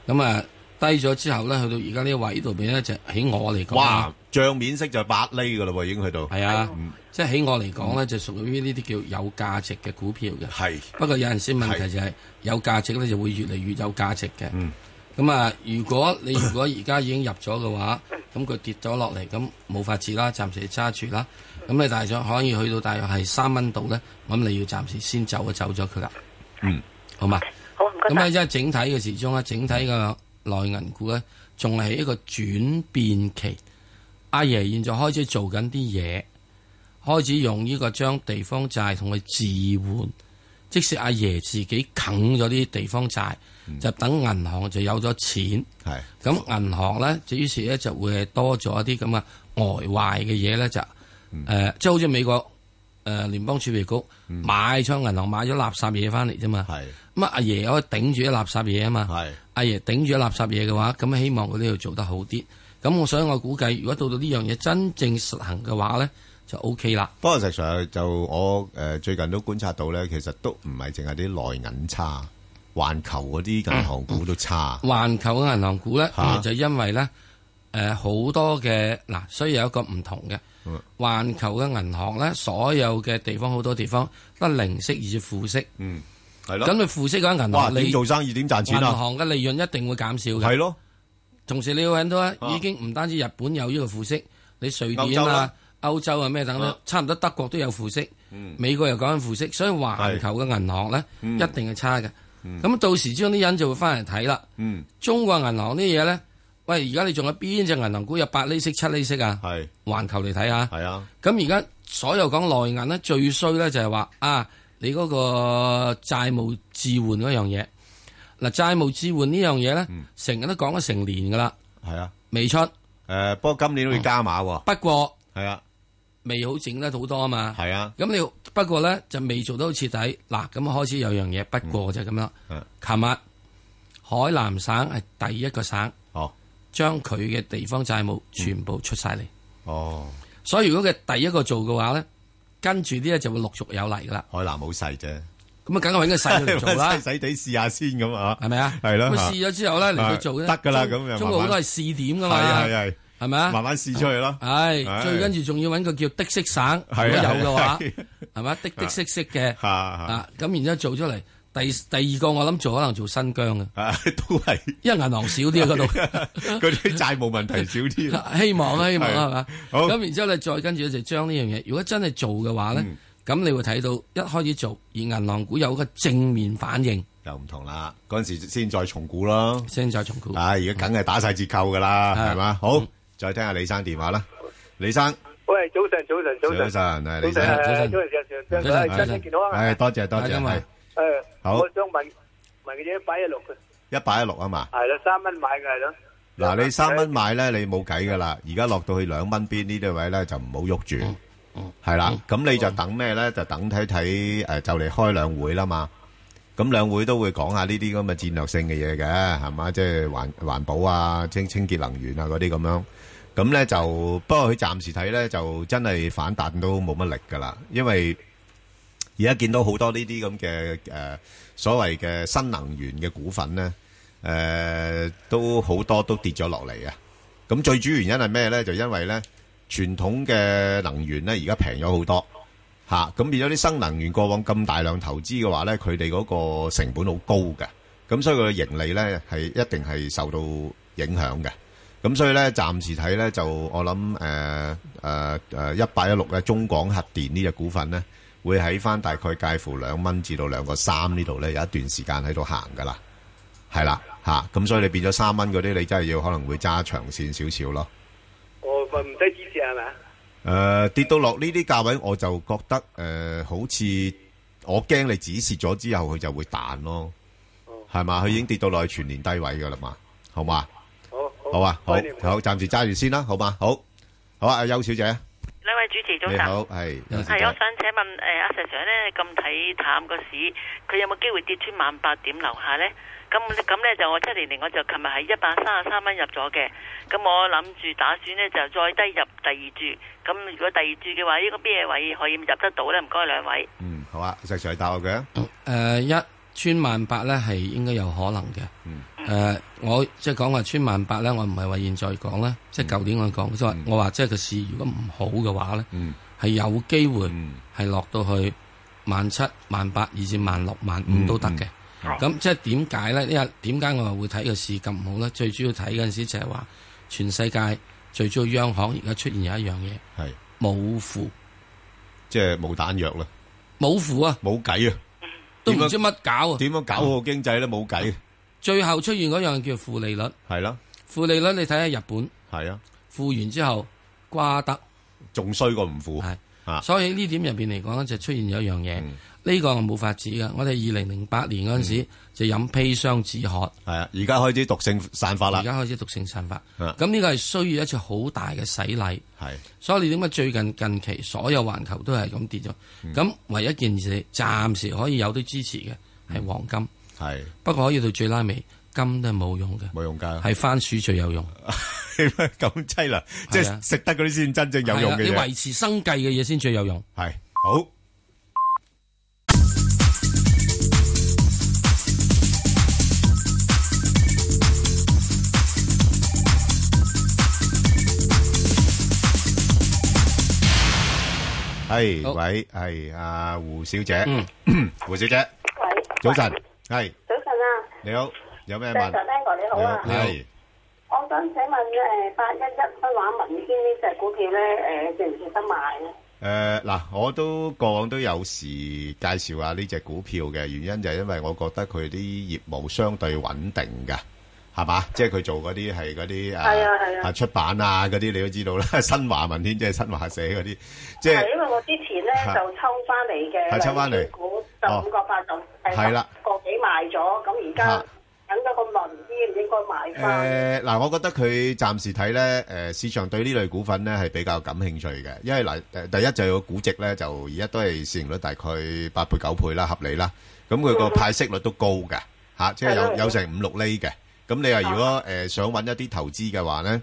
咁啊、低咗之後咧，去到而家呢個位度邊咧，就喺我嚟講，
哇，帳面息就八厘噶啦喎，已經去到。
啊係啊，即係喺我嚟講咧，就屬於呢啲叫有價值嘅股票嘅。
係。
不過有陣時問題就係有價值咧，就會越嚟越有價值嘅。咁啊，如果你如果而家已經入咗嘅話，咁佢跌咗落嚟，咁冇法子啦，暫時揸住啦。咁你大約可以去到大約係三蚊度咧，咁你要暫時先走一走咗佢啦。
嗯，
好嘛。
好，啊唔該
咁
晒
咧，因為整體嘅時鐘咧，啊整體嘅內銀股咧，仲係一個轉變期。阿爺現在開始做緊啲嘢，開始用呢個將地方債同佢置換。即使阿爺自己啃咗啲地方債，就等銀行就有咗錢。
係
咁銀行咧，就於是咧就會係多咗一啲咁嘅外壞嘅嘢咧，就誒、呃即係好似美國誒聯邦儲備局買咗銀行買咗垃圾嘢翻嚟啫嘛。咁啊，阿爺可以頂住啲垃圾嘢啊嘛。阿爺頂住啲垃圾嘢嘅話，咁希望佢呢度做得好啲。咁我所以我估計，如果到到呢樣嘢真正實行嘅話咧，就 O K 啦。
不過實上就我誒、呃最近都觀察到咧，其實都唔係淨係啲內銀差，環球嗰啲銀行股都差。
環球嘅銀行股咧
嚇，
就因為咧誒好多嘅嗱，所以有一個唔同嘅
嗯
環球嘅銀行咧，所有嘅地方好多地方得零息而至負息。
嗯，係咯。
咁你負息嗰間銀
哇
行，你
點做生意點賺錢啊
銀行嘅利潤一定會減少嘅。
係咯。
同時你要揾到啊
啊，
已經唔單止日本有呢個負息，你瑞
歐
典
洲
啊
啦、
歐洲啊咩等等
啊，
差唔多德國都有負息
嗯，
美國又講緊負息，所以環球嘅銀行咧
嗯
一定係差嘅。咁到時之後啲人就會翻嚟睇啦。
嗯，
中國銀行呢嘢咧，喂，而家你仲有邊只銀行股有八厘息、七厘息啊？
係
環球嚟睇下。
係啊。
咁而家所有講內銀咧，最衰咧就係話啊，你嗰個債務置換嗰樣嘢。嗱，債務置換呢樣嘢咧，
嗯
成日都講咗成年噶啦，
係啊，
未出。
誒，不過今年都要加碼喎。
不過
係啊，
未好整得好多啊嘛。
係啊，
咁你不過咧就未做到好徹底。嗱，咁開始有樣嘢，不過就係咁啦。
嗯
琴日海南省係第一個省，
哦，
將佢嘅地方債
嗯
務全部出晒嚟。
哦，
所以如果佢第一個做嘅話咧，跟住啲咧就會陸續有嚟噶啦。
海南好細啫，
咁啊，梗係揾個細嘅嚟 做啦
細。細地試下先咁啊，
係咪啊？
係咯
咁啊試咗之後咧嚟到做咧，
得㗎啦
中
咁樣
中國好
慢慢
多係試點噶嘛。
係係係
係咪啊？
慢慢試出去咯
唉，
唉
最跟住仲要揾個叫的色省，如果
係啊
有嘅話，
係
係咪的的色色嘅
嚇
啊？咁然之後做出嚟，第第二個我諗做可能做新疆嘅，
啊都係
因為銀行少啲啊嗰度。
嗰啲債務問題少啲 啦。
希望啊，希望啊，係嘛？
好
咁然之後咧，再跟住就將呢樣嘢，如果真係做嘅話咧，咁你會睇到一開始做，而銀行股有一個正面反應，
又唔同啦，嗰陣時先再重估咯。
先再重估。
啊，而家梗係打晒折扣噶啦，
係
係嘛？
嗯
好，再聽下李生電話啦。李生，
喂，早晨，早晨，早晨，
早晨係李生
早晨，
早晨
早晨，早晨，
早晨
身體健康啊！
係多謝多謝，
因為
係
誒，
好
我想問問嘅嘢一百一六嘅，
一百一六啊嘛。
係啦，三蚊買嘅係咯，
嗱，你三蚊買咧，你冇計噶啦。而家落到去兩蚊邊呢啲位咧，就唔好喐住。係啦，咁你就等咩咧？就等睇睇誒，就嚟開兩會啦嘛。咁兩會都會講下呢啲咁嘅戰略性嘅嘢嘅，係嘛？即係環環保啊、清清潔能源啊嗰啲咁樣。咁咧就不過佢暫時睇咧就真係反彈都冇乜力噶啦，因為而家見到好多呢啲咁嘅誒所謂嘅新能源嘅股份咧，誒、呃都好多都跌咗落嚟啊！咁最主要原因係咩咧？就因為咧傳統嘅能源咧而家平咗好多嚇，咁、變咗啲新能源過往咁大量投資嘅話咧，佢哋嗰個成本好高嘅，咁所以佢嘅盈利咧係一定係受到影響嘅。咁所以咧，暫時睇咧就我諗誒誒誒一八一六咧，中廣核電呢隻股份咧，會喺翻大概介乎兩蚊至到兩個三呢度咧，有一段時間喺度行噶啦，係啦嚇。咁、所以你變咗三蚊嗰啲，你真係要可能會揸長線少少咯。
我哦咪唔使支持係咪啊？
誒、跌到落呢啲價位，我就覺得誒、好似我驚你止蝕咗之後，佢就會彈咯，
哦
係嘛？佢已經跌到落去全年低位噶啦嘛，好嘛？
好
好啊，好
概念
好，暫時揸住先啦，好嘛？好，好啊，阿邱小姐，
兩位主持早
你
晨。
好，係嗯邱
係，
小
我
姐，
想請問誒、阿石 Sir 咧咁睇淡個市，佢有冇機會跌穿萬八點樓下咧？咁咁咧就我七年零我就琴日係一百三十三蚊入咗嘅，咁我諗住打算咧就再低入第二注，咁如果第二注嘅話，應該邊位可以入得到咧？唔該兩位。
嗯，好啊，石 Sir 答我嘅，
誒一穿萬八咧係應該有可能嘅。诶，我即係講話穿萬八咧，我唔係話現在講啦，即係舊年我講，即係話我話即係個市如果唔好嘅話咧，
嗯
係有機會係落到去萬七、萬八，以至萬六、萬
嗯
五都得嘅。咁即係點解咧？因為點解我話會睇個市咁唔好咧？最主要睇嗰陣時就係話全世界最主要央行而家出現有一樣嘢
係
冇符，
即係冇彈藥啦，
冇符啊，
冇計啊，
都唔知乜搞啊，
點樣搞好個經濟咧？冇計，啊
最後出現嗰樣叫負利率。
係啦，
負利率你睇下日本，
係啊，
負完之後瓜得，
仲衰過唔負，
係
啊，
所以呢點入邊嚟講咧，就出現有一樣嘢，
嗯
呢個我冇法子噶。我哋二零零八年嗰陣時就飲砒霜止渴，
係啊，而家開始毒性散發啦，
而家開始毒性散發，
啊
咁呢個係需要一次好大嘅洗禮。
係，
所以你點解最近近期所有環球都係咁跌咗？
嗯
咁唯一一件事暫時可以有啲支持嘅
嗯
係黃金，
係
不過可以到最拉尾金都係冇用嘅，
冇用㗎，
係番薯最有用。
咁凄涼，即
係啊
係食得嗰啲先真正有用嘅
係啊
嘢
你維。持生計嘅嘢先最有用。
系好。系喂，系阿胡小姐， 胡小姐，
喂，
早晨，系
早晨啊，
你好，有咩
石
问？
Sir 聽過你好啊，
系
我想請問誒八一一新華文軒呢只股票咧誒值唔值得買咧？
诶嗱，我都過往都有時介紹下呢只股票嘅原因就係因為我覺得佢啲業務相對穩定嘅，係嘛？即係佢做嗰啲係嗰啲啊
係啊係啊
啊出版啊嗰啲，你都知道啦。 新華文天即係新華社嗰啲，即係
係因為我之前咧
嚇
就抽翻嚟嘅，
啊係抽返嚟哦
股就五個八就誒
係啦
個幾賣咗，咁而
嚇
家等咗咁耐，唔知應唔應該買
誒
翻？
嗱、我覺得佢暫時睇咧，誒、市場對呢類股份咧係比較感興趣嘅，因為嗱誒、第一就有個估值咧，就而家都係市盈率大概八倍九倍啦，合理啦。咁佢個派息率都高嘅，嚇、即係有有成五六厘嘅。咁你話如果誒、想揾一啲投資嘅話咧，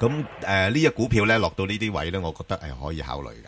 咁誒呢只股票咧落到呢啲位咧，我覺得係可以考慮嘅，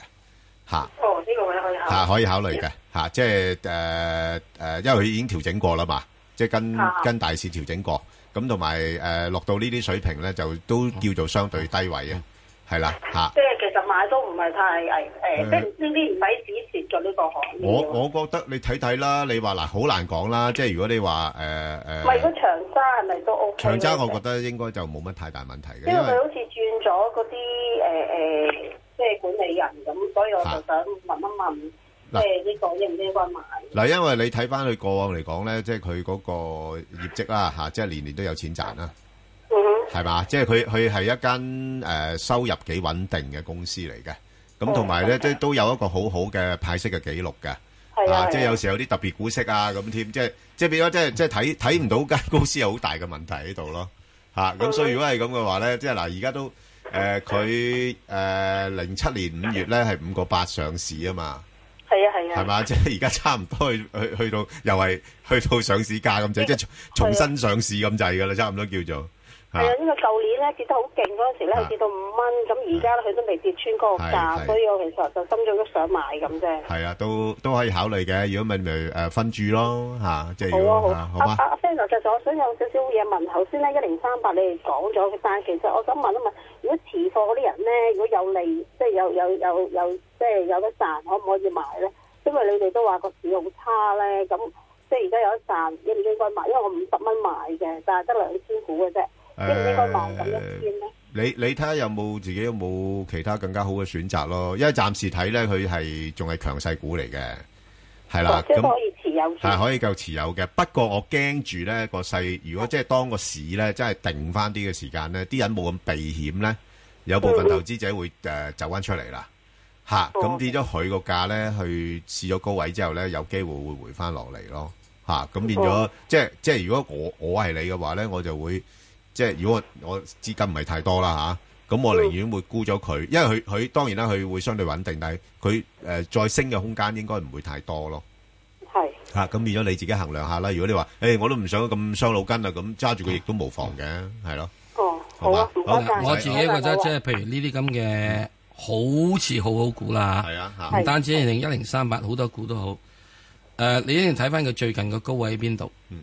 嚇、
哦，呢個位可以考慮。
嚇可以考慮嘅嚇，即係誒誒，因為佢已經調整過啦嘛，即係跟
啊
跟大市調整過，咁同埋誒落到呢啲水平咧，就都叫做相對低位啊，係啦嚇。
即係其實買都唔係太危誒，
誒
即係呢啲唔使止蝕咗呢個行業。
嗯我我覺得你睇睇啦，你話嗱好難講啦，即係如果你話誒
唔係，如果
誒
長揸係咪都 O K？
長揸，我覺得應該就冇乜太大問題嘅，
因為
因
佢
為
好似轉咗嗰啲誒誒，即係管理人咁，所以我就想問一問，即係呢個應唔應該買？
嗱，因為你睇翻佢過往嚟講咧，即係佢嗰個業績啦嚇，即係年年都有錢賺啦。
嗯
係嘛？即係佢佢係一間誒、呃收入幾穩定嘅公司嚟嘅，
哦
咁同埋咧即係都有一個好好嘅派息嘅記錄嘅。
啊係啊
即係有時有啲特別股息啊咁添，即係即係變咗即係即係睇睇唔到間公司有好大嘅問題喺度咯，嚇、
嗯
咁所以如果係咁嘅話咧，即係嗱而家都誒佢誒零七年五月咧係五個八上市啊嘛，
係啊係啊，
係嘛？ 即係而家差唔多去去去到又係去到上市價咁滯，即係重重
啊
新上市咁滯㗎啦，差唔多叫做嚇。
係啊，因為舊年咧跌得好勁嗰陣時咧，佢跌到五蚊，咁而家佢都未跌穿嗰個
啊係係
價，所以我其實就心中都想買咁啫。
系啊，都都可以考慮嘅。如果咪咪诶分注咯吓、啊即係如
好
果
啊
啊
好
好
啊
嘛，
阿阿 f r i e n d 就我想有少少嘢問，頭先咧一零三八你哋講咗，但係其實我想問一問，如果持貨嗰啲人咧，如果有利，即係有有有有即係有得賺，可唔可以買咧？因為你哋都話個市好差咧，咁即係而家有得賺，應唔應該買？因為我五十蚊買嘅，但係得兩千股嘅啫，應唔應該買咁一千咧？
你你睇下有冇自己有冇其他更加好嘅選擇咯？因為暫時睇咧，佢係仲係強勢股嚟嘅，係啦。
哦即係
咁
可以持有住。
係可以夠持有嘅。不過我驚住咧個勢，如果即係當個市咧真係定翻啲嘅時間咧，啲人冇咁避險咧，有部
嗯
分投資者會誒、呃走翻出嚟啦。吓、
哦
咁變咗佢個價咧，去試咗高位之後咧，有機會會回翻落嚟咯。吓、咁變咗、
哦
即係即係如果我我係你嘅話咧，我就會即係如果我我資金唔係太多啦吓。咁我寧願會沽咗佢，因為佢佢當然啦，佢會相對穩定，但係佢誒再升嘅空間應該唔會太多咯。
係
嚇，咁變咗你自己衡量下啦。如果你話，誒我都唔想咁傷腦筋啊，咁揸住佢亦都無妨嘅，係咯。
哦，
好啊，好
嗱我自己覺得即係譬如呢啲咁嘅好似好好股啦，
係啊
唔單止係零一零呃三八好多股都好，誒你一定睇翻佢最近個高位喺邊度。诶，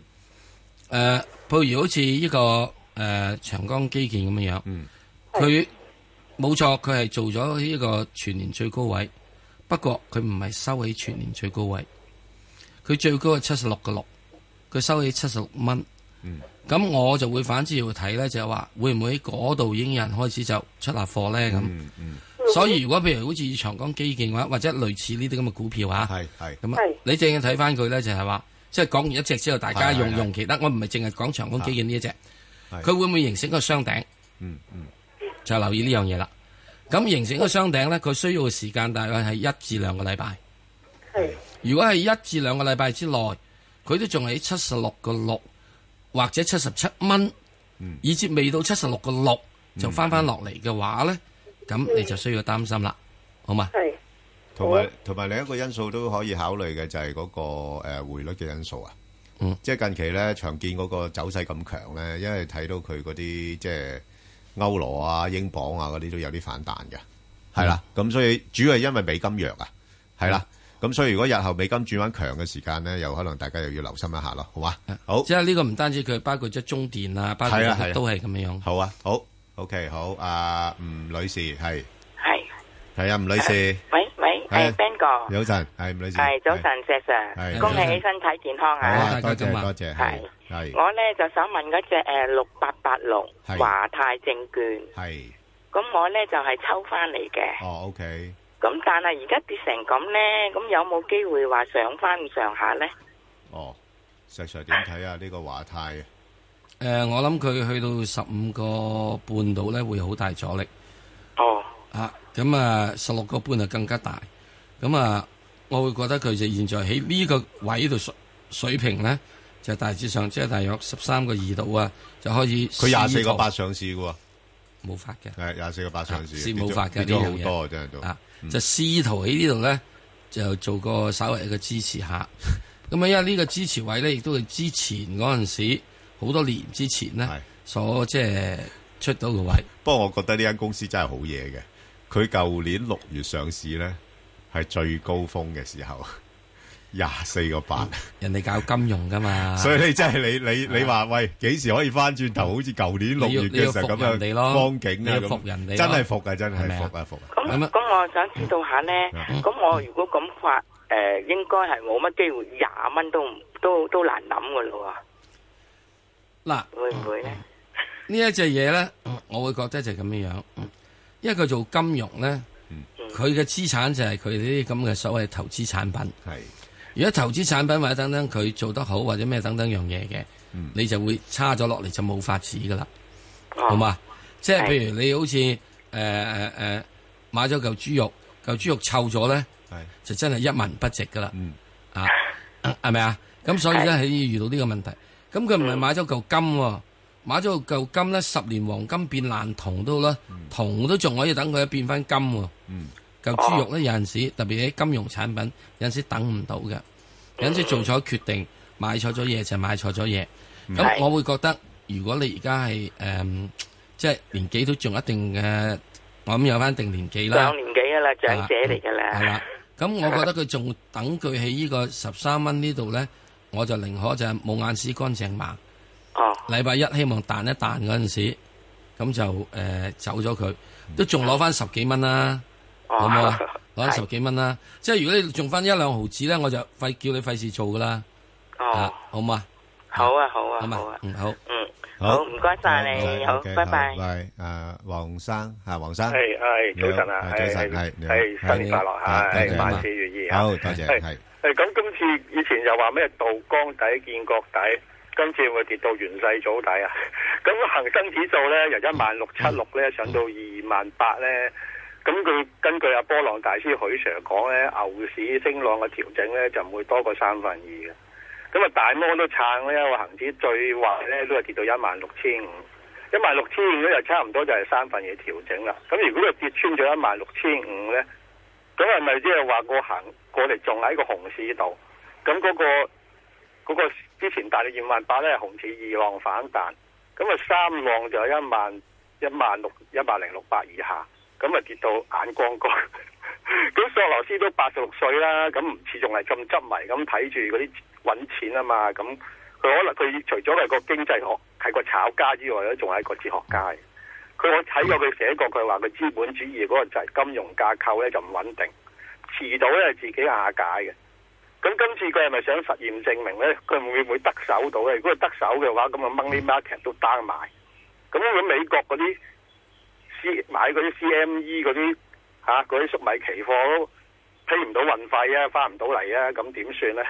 呃譬如好似呢個诶長江基建咁樣樣，
嗯
佢冇錯，佢係做咗呢個全年最高位，不過佢唔係收起全年最高位，佢最高係七十六個六，佢收起七十六蚊。咁我就會反之要睇咧，就係話會唔會喺嗰度已經有人開始就出下貨咧咁。
嗯
所以如果譬如好似長江基建嘅話，或者類似呢啲咁嘅股票啊，咁啊，你正要睇翻佢咧，就係話即係講完一隻之後，大家
係係
用
係
用其他，我唔係淨係講長江基建呢一隻，
係
佢會唔會形成一個雙頂？
嗯
就留意呢樣嘢啦。咁形成一個雙頂咧，佢需要嘅時間大概係一至兩個禮拜。如果係一至兩個禮拜之內，佢都仲喺七十六個六或者七十七蚊，
嗯
以至未到七十六個六就翻翻落嚟嘅話咧，咁你就需要擔心啦，好嘛？
同埋同埋另一個因素都可以考慮嘅就係嗰個誒匯率嘅因素啊。
嗯，
即係近期咧長見嗰個走勢咁強咧，因為睇到佢嗰啲即係歐羅啊、英鎊啊嗰啲都有啲反彈嘅，係啦。咁所以主要係因為美金弱啊，係啦。咁所以如果日後美金轉翻強嘅時間咧，有可能大家又要留心一下咯，好嘛？好，
即係呢個唔單止佢，包括咗中電啊，包括
係啊係啊
都係咁樣樣。
好啊，好，OK，好，À, 阿吳女士係
係
係啊，吳女士，
喂喂，
係
誒 Ben 哥，
À.
早晨，係吳女士，
係早晨石
係
Sir，恭喜你身體健康
好啊
啊！
多謝多謝，係
係
係
我咧就想問嗰只誒六八八六
係
華泰證券，
係
咁我咧就係抽翻嚟嘅，
哦，OK，
咁但係而家跌成咁咧，咁有冇機會話上翻咁上下咧？
哦，石 Sir 點睇啊？呢個華泰啊，
誒、我諗佢去到十五個半度咧，會好大阻力。
哦。
啊，咁啊，十六個半就更加大。咁啊，我會覺得佢就現在喺呢個位度水水平咧，就大致上即係大約十三個二度啊，就開始
佢廿四個八
試
上市嘅喎，
冇法嘅，
係廿四個八上市，
是啊冇法嘅
跌咗
呢樣
好
嘢
多啊真係都
圖啊，就試圖喺呢度咧就做個稍微一個支持下。咁啊，因為呢個支持位咧，亦都係之前嗰陣時好多年之前咧所即係出到個位。
不過我覺得呢間公司真係好嘢嘅，佢舊年六月上市咧係最高峰嘅時候， 廿四個八。
人哋搞金融噶嘛，
所以你真係你你你話喂幾時可以翻轉頭？好似舊年六月嘅時候咁
啊你要你要服人哋咯
樣光景啊，
你要服人
咁
哋咯
真係服啊，真
係咪
係
啊
服啊服啊！
咁咁我想知道下咧，咁我如果咁發
ờ,
誒，應該係冇乜機會，廿
"Dạ,
蚊都唔都都難諗嘅咯
嗱，
會唔會咧？
呢一隻嘢咧，我會覺得就係咁樣樣，因為佢做金融咧，佢嘅資產就係佢呢啲咁嘅所謂投資產品。
係，
如果投資產品或者等等佢做得好或者咩等等樣嘢嘅，你就會差咗落嚟就冇法子噶啦，
Ờ. 啊
好嘛？即係譬如你好似誒誒誒買咗嚿豬肉，嚿豬肉臭咗咧，就真係一文不值噶啦，
嗯
啊係咪啊？咁所以咧係遇到呢個問題，咁佢唔係買咗嚿金喎，買咗嚿金咧十年黃金變爛銅都好啦，銅都仲可以等佢變翻金喎。嚿豬肉咧有陣時，特別喺金融產品，有陣時等唔到嘅，有陣時做錯決定，買錯咗嘢就買錯咗嘢。咁
係
我會覺得，如果你而家係誒，即係年紀都仲一定嘅，我諗有翻定年紀啦
上。年紀嘅啦，長者嚟嘅
係
啦
啦，，咁 我覺得佢仲等佢喺呢個十三蚊呢度咧，我就寧可就係冇眼屎乾淨盲。
Ờ,
哦，
禮拜一希望彈一彈嗰陣時，咁就誒、呃走咗佢，都仲攞翻十幾蚊啦，
哦
ờ.
好唔 好啊？攞翻十幾蚊啦，即係如果你仲翻一兩毫子咧，我就費叫你費事做噶啦，啊
Ờ,
哦，
好嘛？
好啊，好啊，
好嘛
好啊，
嗯好，
Ừ.
嗯，好，唔該
Dạ,
晒你，好，
Dạ, Vâng, OK，à,
拜拜。
好，喂，啊，黃生，啊，黃生。
係，係，
你好，
早晨啊，
à,
啊，
係，
早晨，
係，
係，你好，
係，
係，
新年快樂，
係，
係，
多謝，
萬事如意啊。
好，多謝，
係，
係。
誒咁今次以前就話咩道江底見國底，今次會跌到元世祖底啊！ 咁恒生指數咧由一萬六七六咧上到二萬八咧，咁佢根據阿波浪大師許 Sir 講咧，牛市升浪嘅調整咧就唔會多過三分二嘅。咁啊大摩都撐咧，個恒指最壞咧都係跌到一萬六千五。一萬六千五咧就差唔多就係三分二調整啦。咁如果佢跌穿咗一萬六千五咧，咁係咪即係話個行我哋仲喺個熊市度？咁嗰、個嗰、個之前大約二萬八咧，熊市二浪反彈，咁啊三浪就一萬一萬六一萬零六百以下，咁啊跌到眼光光。 咁索羅斯都八十六歲啦，咁唔似仲係咁執迷咁睇住嗰啲揾錢啊嘛，咁佢可能佢除咗係個經濟學係個炒家之外咧，仲係一個哲學家嚟。佢我睇過佢寫過，佢話佢資本主義嗰個就係金融架構咧就唔穩定，遲早咧自己瓦解嘅。咁今次佢係咪想實驗證明咧？佢會唔會得手到咧？如果佢得手嘅話，咁啊 money market 都 down 埋。咁佢美國嗰啲 C 買嗰啲 CME 嗰啲嚇嗰啲粟米期貨都批唔到運費啊，翻唔到嚟啊，咁點 算咧？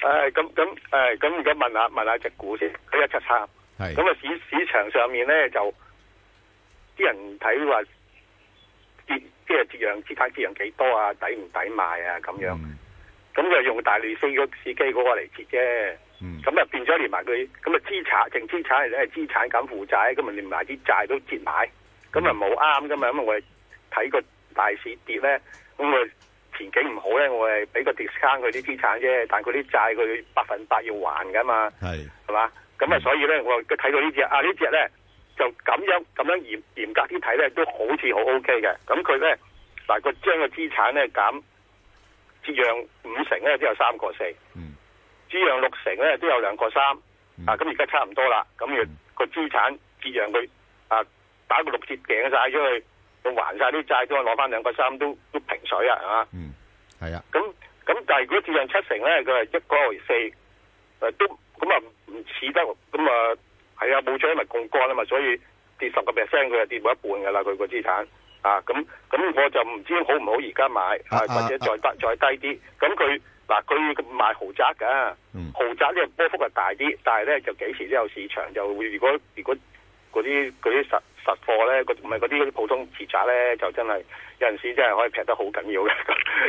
誒咁咁誒咁而家問下問下只股先，佢一七三，
係
咁啊市市場上面咧就啲人睇話跌，即係折讓資產折讓幾多啊，抵唔抵買啊咁
Ừ,
樣，
嗯
咁佢、用大利四個市基嗰個嚟折啫。
嗯 ừ,
咁啊變咗連埋佢，咁啊資產淨資產係資產減負債，咁啊連埋啲債都折埋，咁啊冇啱噶嘛，咁啊我哋睇個大市跌咧，咁我前景唔好咧，我係俾個 discount 佢啲資產啫，但佢啲債佢百分百要還噶嘛，
係
係嘛？咁啊所以咧，我佢睇到呢只啊呢只咧就咁樣咁樣嚴嚴格啲睇咧，都好似好 OK 嘅，咁佢咧嗱個將個資產咧減折讓五成咧，都有三個四。
ừ,
折讓六成咧都有兩個三，
嗯
啊咁而家差唔多啦，咁要個資產折讓佢啊打個六折掟晒咗佢，佢還晒啲債都攞翻兩個三都都平水啊，係嘛？
ừ,
嗯，
係啊。
咁咁但係如果折讓七成咧，佢係一個四，誒、都咁啊唔似得，咁啊係啊冇咗因為槓桿啊嘛，所以跌十個 percent 佢就跌到一半㗎啦，佢個資產。啊，咁咁我就唔知好唔好而家買，啊或者再低再低啲，咁佢嗱佢賣豪宅㗎，豪宅呢個波幅係大啲，但係咧就幾時都有市場，就會如果如果嗰啲嗰啲實實貨咧，嗰唔係嗰啲普通住宅咧，就真係有陣時真係可以劈得好緊要嘅。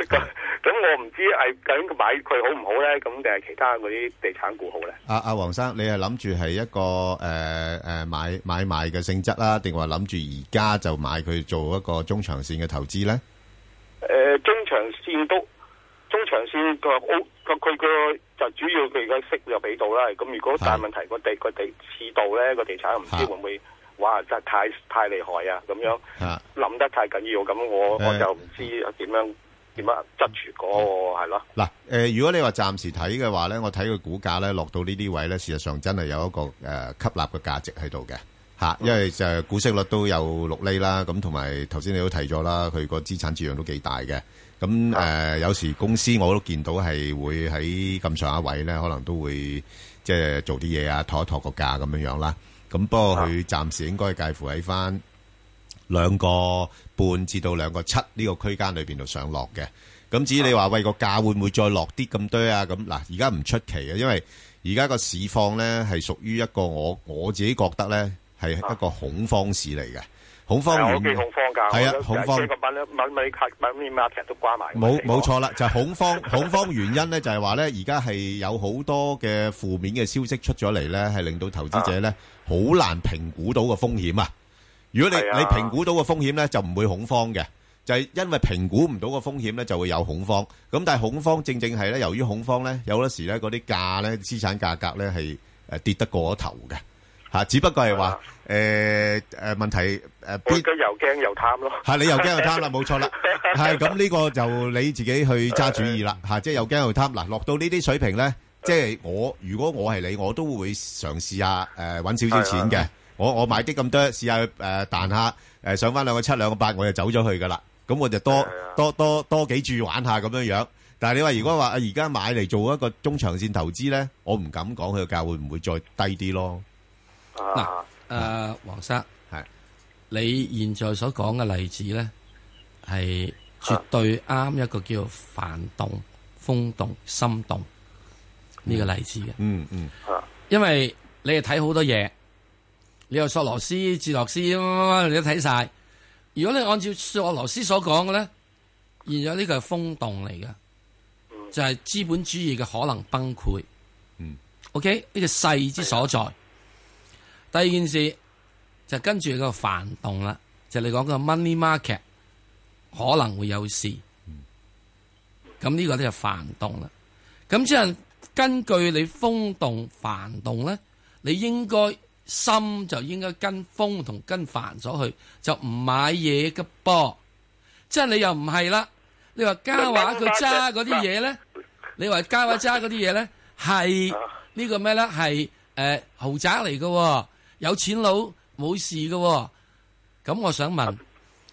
咁咁咁我唔知係究竟買佢好唔好咧，咁定係其他嗰啲地產股好咧？
阿阿黄生，你係諗住係一個诶诶买买卖嘅性質啦，定話諗住而家就買佢做一個中長線嘅投資咧？
誒、中長線都中長線佢話好佢佢個就主要佢嘅息就俾到啦。咁如果大問題個地個地市道咧個地產唔知會唔會哇真係太太厲害啊咁樣
啊
諗得太緊要咁，我我就唔知點樣點樣執住嗰個係咯。
嗱，诶、如果你話暫時睇嘅話咧，我睇佢股價咧落到呢啲位咧，事實上真係有一個诶、呃吸納嘅價值喺度嘅吓，因為就係股息率都有六厘啦，咁同埋頭先你都提咗啦，佢個資產折讓都幾大嘅。咁誒、呃有時公司我都見到係會喺咁上下位咧，可能都會即係做啲嘢啊，托一托個價咁樣樣啦。咁不過佢暫時應該介乎喺翻兩個半至到兩個七呢個區間裏邊度上落嘅。咁至於你話喂個價會唔會再落啲咁多啊？咁嗱，而家唔出奇嘅，因為而家個市況咧係屬於一個我我自己覺得咧係一個恐慌市嚟嘅，恐慌
係啊
完
我幾恐慌㗎，
係啊
我都
恐慌
幾個品品品品品 market 都關埋。
冇冇錯啦，就係恐慌 恐慌原因咧，就係話咧，而家係有好多嘅負面嘅消息出咗嚟咧，係令到投資者咧好難評估到個風險啊！如果你
係啊
你評估到個風險咧，就唔會恐慌嘅，就係因為評估唔到個風險咧，就會有恐慌。咁但係恐慌正正係咧，由於恐慌咧，有好多時咧嗰啲價咧資產價格咧係誒跌得過咗頭嘅嚇，只不過係話誒誒問題誒
我
邊
而家又驚又貪咯。
係你又驚又貪 啦，冇錯啦。係咁呢個就你自己去揸主意啦，嚇，即係又驚又貪。嗱，落到呢啲水平咧，即係我如果我係你，我都會嘗試下誒揾少少錢
係
嘅。我我買啲咁多，試下誒彈下誒上翻兩個七兩個八，我就走咗去噶啦。咁我就多多多多幾注玩下咁樣樣。但係你話如果話啊而家買嚟做一個中長線投資咧，我唔敢講佢個價會唔會再低啲咯。
啊
嗱，誒，啊黃生，
係
你現在所講嘅例子咧，係絕對啱一個叫做幡動、風動、心動呢個例子嘅。
嗯嗯，
因為你係睇好多嘢，你又索羅斯、哲洛斯，乜乜乜你都睇晒。如果你按照索羅斯所講嘅咧，現在呢個係風動嚟嘅，就係、資本主義嘅可能崩潰。
嗯
，OK，呢個勢之所在。第二件事就跟住個繁動啦，就你講個 money market 可能會有事，咁呢個呢就繁動啦。咁之後根據你風動繁動咧，你應該心就應該跟風同跟繁咗去，就唔買嘢嘅噃。即係你又唔係啦，你話嘉華佢揸嗰啲嘢咧，你話嘉華揸嗰啲嘢咧係呢個咩咧係诶豪宅嚟嘅喎，有錢佬冇事嘅喎。咁我想問。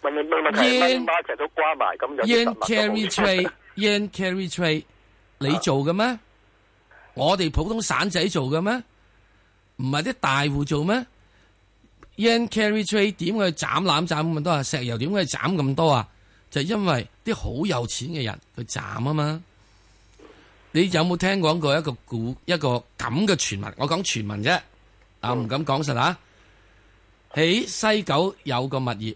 問你咩問題
Yen-
乜嘢 market 都關埋， 咁有
yen
啲
carry trade yen carry trade
啊
你做嘅咩？我哋普通散仔做嘅咩？唔係啲大户做咩？yen carry trade 點去斬攬斬咁多啊？石油點去斬咁多啊？就因為啲好有錢嘅人去斬啊嘛。你有冇聽講過一個股一個咁嘅傳聞？我講傳聞啫，啊唔敢講實啊。喺西九有個物業，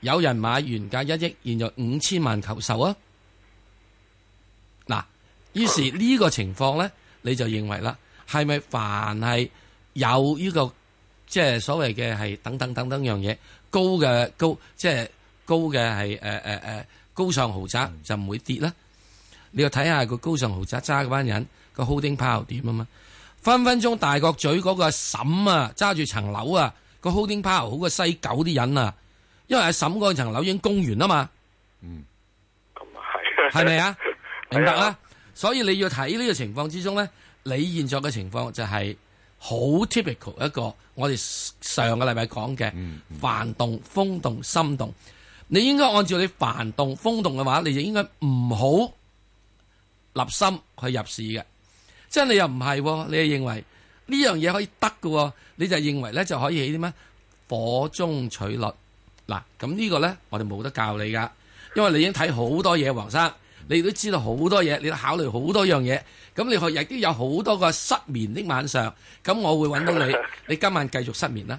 有人買原價一億，現在五千萬求售啊！嗱，於是呢個情況咧，你就認為啦，係咪凡係有呢、個即係所謂嘅係等等等等樣嘢高嘅高，即係高嘅係誒誒誒高尚豪宅就唔會跌啦。你要睇下個高尚豪宅揸嗰班人個 holding power 點啊嘛，分分鐘大角咀嗰個嬸啊揸住層樓啊個 holding power 好過西九啲人啊，因為阿嬸嗰層樓已經供完啦嘛，嗯，咁係，係咪啊？明白啦，所以你要睇呢個情況之中咧，你現在嘅情況就係好 typical 一個我哋上個禮拜講嘅幡動、風動、心動。你應該按照你幡動、風動嘅話，你就應該唔好立心去入市嘅。即係你又唔係喎，你係認為呢樣嘢可以得嘅喎，你就認為咧就可以起啲咩火中取栗嗱。咁呢個咧，我哋冇得教你噶，因為你已經睇好多嘢，黃生，你都知道好多嘢，你都考慮好多樣嘢。咁你學亦都有好多個失眠的晚上，咁我會揾到你，你今晚繼續失眠啦，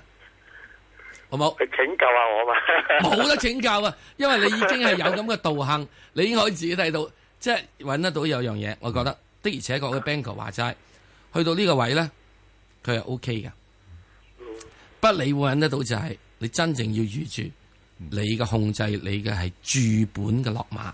好冇？
你拯救下我嘛？
冇得請教啊，因為你已經係有咁嘅道行，你已經可以自己睇到，即係揾得到有樣嘢，我覺得的而且確嘅 b a n g o 話齋，去到呢個位咧，佢係 O K 嘅。不你會揾得到就係、你真正要預住你嘅控制，你嘅係注本嘅落馬，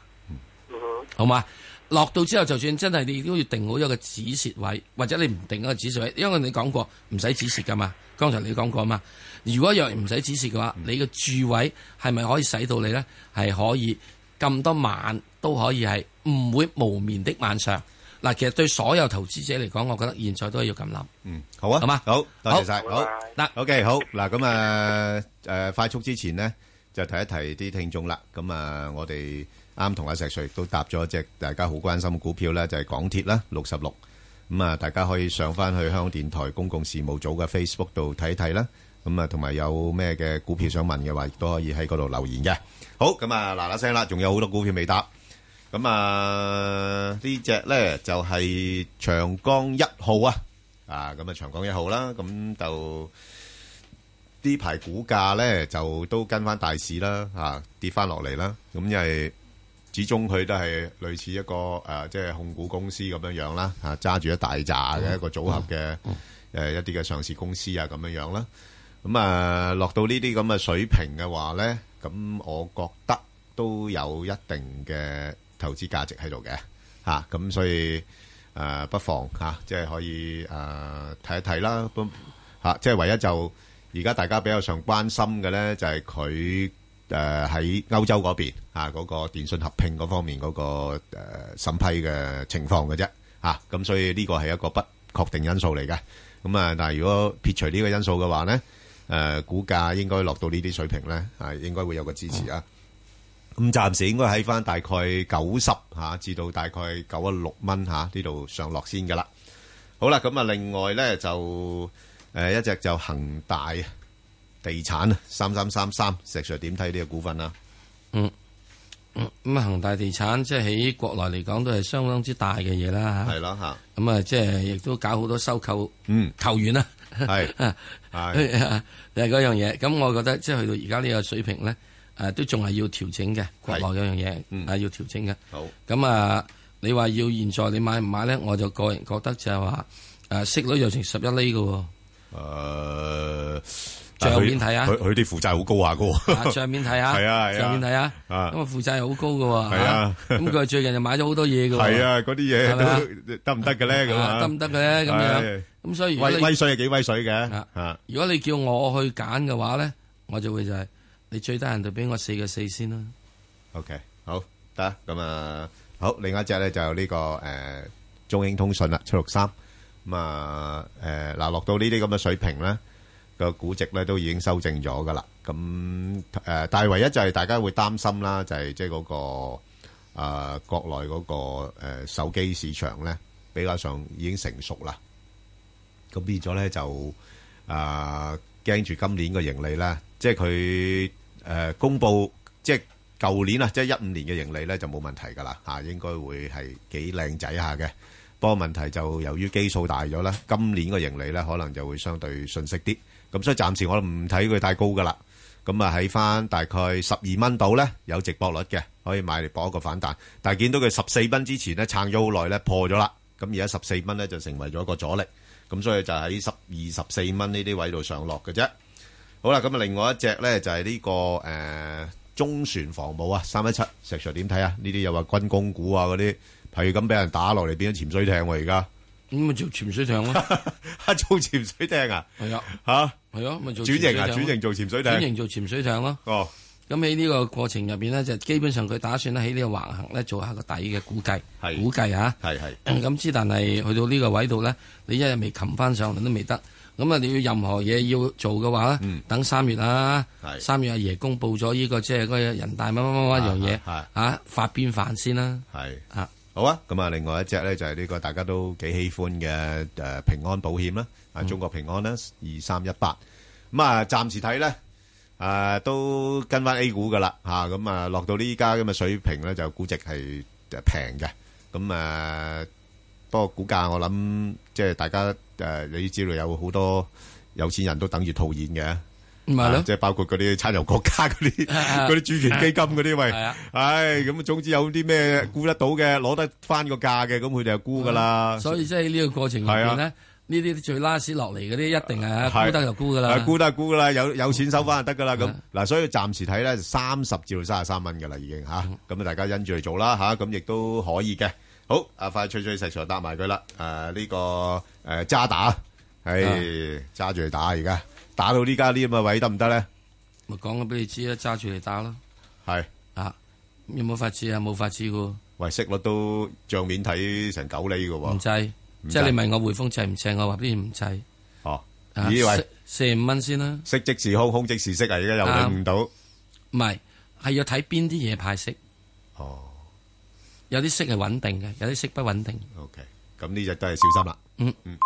好嘛？落到之後，就算真係你都要定好一個止蝕位，或者你唔定一個止蝕位，因為你講過唔使止蝕噶嘛。剛才你講過嘛，如果若唔使止蝕嘅話，
嗯
你嘅注位係咪可以使到你呢？係可以咁多晚都可以係唔會無眠的晚上。嗱，其實對所有投資者嚟講，我覺得現在都係要咁諗。
嗯，好啊，
好嘛，
好，多
好
謝晒，
拜
好，
得
，OK，好，嗱，咁啊，誒，快速之前呢，就提一提啲聽眾啦，咁啊，我哋啱同阿石 Sir 亦都答咗一隻大家好關心嘅股票啦，就係港鐵啦，六十六，咁啊，大家可以上翻去香港電台公共事務組嘅 Facebook 度睇睇啦，咁啊，同埋有咩嘅股票想問嘅話，亦都可以喺嗰度留言嘅，好，咁啊，嗱嗱聲啦，仲有好多股票未答。咁啊，呢只咧就係長江一號啊，啊咁啊長江一號啦，咁就呢排股價咧就都跟翻大市啦，啊跌翻落嚟啦，咁因為始終佢都係類似一個誒、呃即係控股公司咁樣樣啦，啊揸住一大扎嘅一個組合嘅誒、呃一啲嘅上市公司啊咁樣樣啦，咁啊落到呢啲咁嘅水平嘅話咧，咁我覺得都有一定嘅投資價值喺度嘅嚇，咁、所以誒、呃不妨嚇、啊即係可以誒睇、一睇啦，咁、嚇即係唯一就而家大家比較上關心嘅咧，就係佢誒喺歐洲嗰邊啊嗰、個電信合併嗰方面嗰、個誒、呃、審批嘅情況嘅啫嚇，咁、所以呢個係一個不確定因素嚟嘅。咁啊，但係如果撇除呢個因素嘅話咧，誒、股價應該落到呢啲水平咧，啊應該會有個支持啊。咁暫時應該喺翻大概九十嚇，至到大概九啊六蚊嚇呢度上落先噶啦。好啦，咁啊，另外咧就誒、一隻就恒大地產啊，三三三三，石 Sir 點睇呢個股份啊？
嗯，嗯咁啊，恒大地產即係喺國內嚟講都係相當之大嘅嘢啦
係啦嚇。
咁啊，即係亦都搞好多收購，
嗯，
球員啦，
係係
係嗰樣嘢。咁我覺得即係去到而家呢個水平咧，誒都仲係要調整嘅，國內嗰樣
嗯
嘢啊要調整嘅。
好。
咁啊，你話要現在你買唔買咧？我就個人覺得就係話誒息率又成十一厘嘅 喎。
誒，
帳面睇啊
佢佢啲負債好高下噶
啊
喎。
上面睇下，
係啊係啊
上面睇下，
啊
咁啊負債又好高嘅喎，
係啊
嚇咁佢最近就買咗好多嘢嘅喎，
係啊嗰啲嘢
係咪啊
都得唔得嘅咧咁啊
啊得唔得嘅咧咁
係
樣，咁所以如果
威
你
威水係幾威水嘅嚇。
如果你叫我去揀嘅話咧，我就會就係你最低限度俾我四個四先啦，
OK，好得咁啊，好。另外一隻咧就呢、個誒、中英通訊啦，七六三咁啊誒嗱，落到呢啲咁嘅水平咧，個估值咧都已經修正咗噶啦。咁誒、呃但係唯一就係大家會擔心啦，就係即係嗰個啊、國內嗰、個、呃、手機市場咧，比較上已經成熟啦。咁變咗咧就啊驚住今年嘅盈利啦，即係佢誒公佈即係舊年啊，即係一五年嘅盈利咧就冇問題㗎啦嚇，應該會係幾靚仔下嘅。不過問題就由於基數大咗啦，今年嘅盈利咧可能就會相對遜色啲。咁所以暫時我唔睇佢太高㗎啦。咁啊喺翻大概十二蚊度咧有直播率嘅，可以買嚟搏一個反彈。但係見到佢十四蚊之前咧撐咗好耐咧破咗啦，咁而家十四蚊咧就成為咗一個阻力。咁所以就喺十二十四蚊呢啲位度上落嘅啫。好啦，咁啊另外一隻咧就係呢、個誒、呃中船防務啊，三一七石 Sir 點睇啊？呢啲又話軍工股啊嗰啲係咁俾人打落嚟，變咗潛水艇喎而家。
咁咪做潛水艇咯，
做潛水艇啊？
係啊，
吓
係啊，咪做
轉型啊
潛水艇咯
轉型做潛水艇
轉型做潛水艇咯。
哦，
咁喺呢個過程入邊咧，就基本上佢打算咧喺呢個橫行咧做下個底嘅估計，估計嚇。
係係。
咁之，但係去到呢個位度咧，你一日未擒翻上嚟都未得。咁啊，你要任何嘢要做嘅話
嗯
咧，等三月啦，三月阿爺公布咗呢個即係嗰個人大乜乜乜一樣嘢嚇，發邊飯先啦。
係啊，好啊，咁啊，另外一隻咧就係呢個大家都幾喜歡嘅誒平安保險啦，啊
嗯
中國平安啦，二三一八，咁啊暫時睇咧。誒、都跟翻 A 股噶啦嚇，咁啊落到呢依家咁嘅水平咧，就估值係誒平嘅，咁誒、啊不過股價我諗即係大家誒、呃你知道有好多有錢人都等住套現嘅。
咪係咯
啊即係包括嗰啲產油國家嗰 啲
啊
嗰啲主權基金嗰啲喂，
係啊
唉咁總之有啲咩沽得到嘅，攞得翻個價嘅，咁佢哋就沽噶啦。
所以即係呢個過程入
係
邊
啊
咧，呢啲最拉屎落嚟嗰啲一定係
係
沽得就沽噶啦
係。沽得就沽噶啦，有有錢收翻就得噶啦。咁嗱，所以暫時睇咧，三十至到三十三蚊噶啦，已經吓。咁啊，大家因住嚟做啦吓，咁亦都可以嘅。好，啊快脆脆石 Sir 答埋佢啦。誒呢個誒渣打，係揸住嚟打而家，打到呢家呢咁嘅位得唔得咧？
咪啊講咗俾你知啦，揸住嚟打咯。
係
啊，有冇法子啊？冇法子噶。
喂，息率都帳面睇成九厘噶喎。
唔制，即係你問我匯豐制唔制，我話俾你唔制。
哦，
啊
以為
四四五蚊先啦。
息即時空，空即時息啊！而家又領唔到。
唔係，係要睇邊啲嘢派息。
哦，
有啲息係穩定嘅，有啲息不穩定。
OK，咁呢只都係小心啦。
嗯
嗯。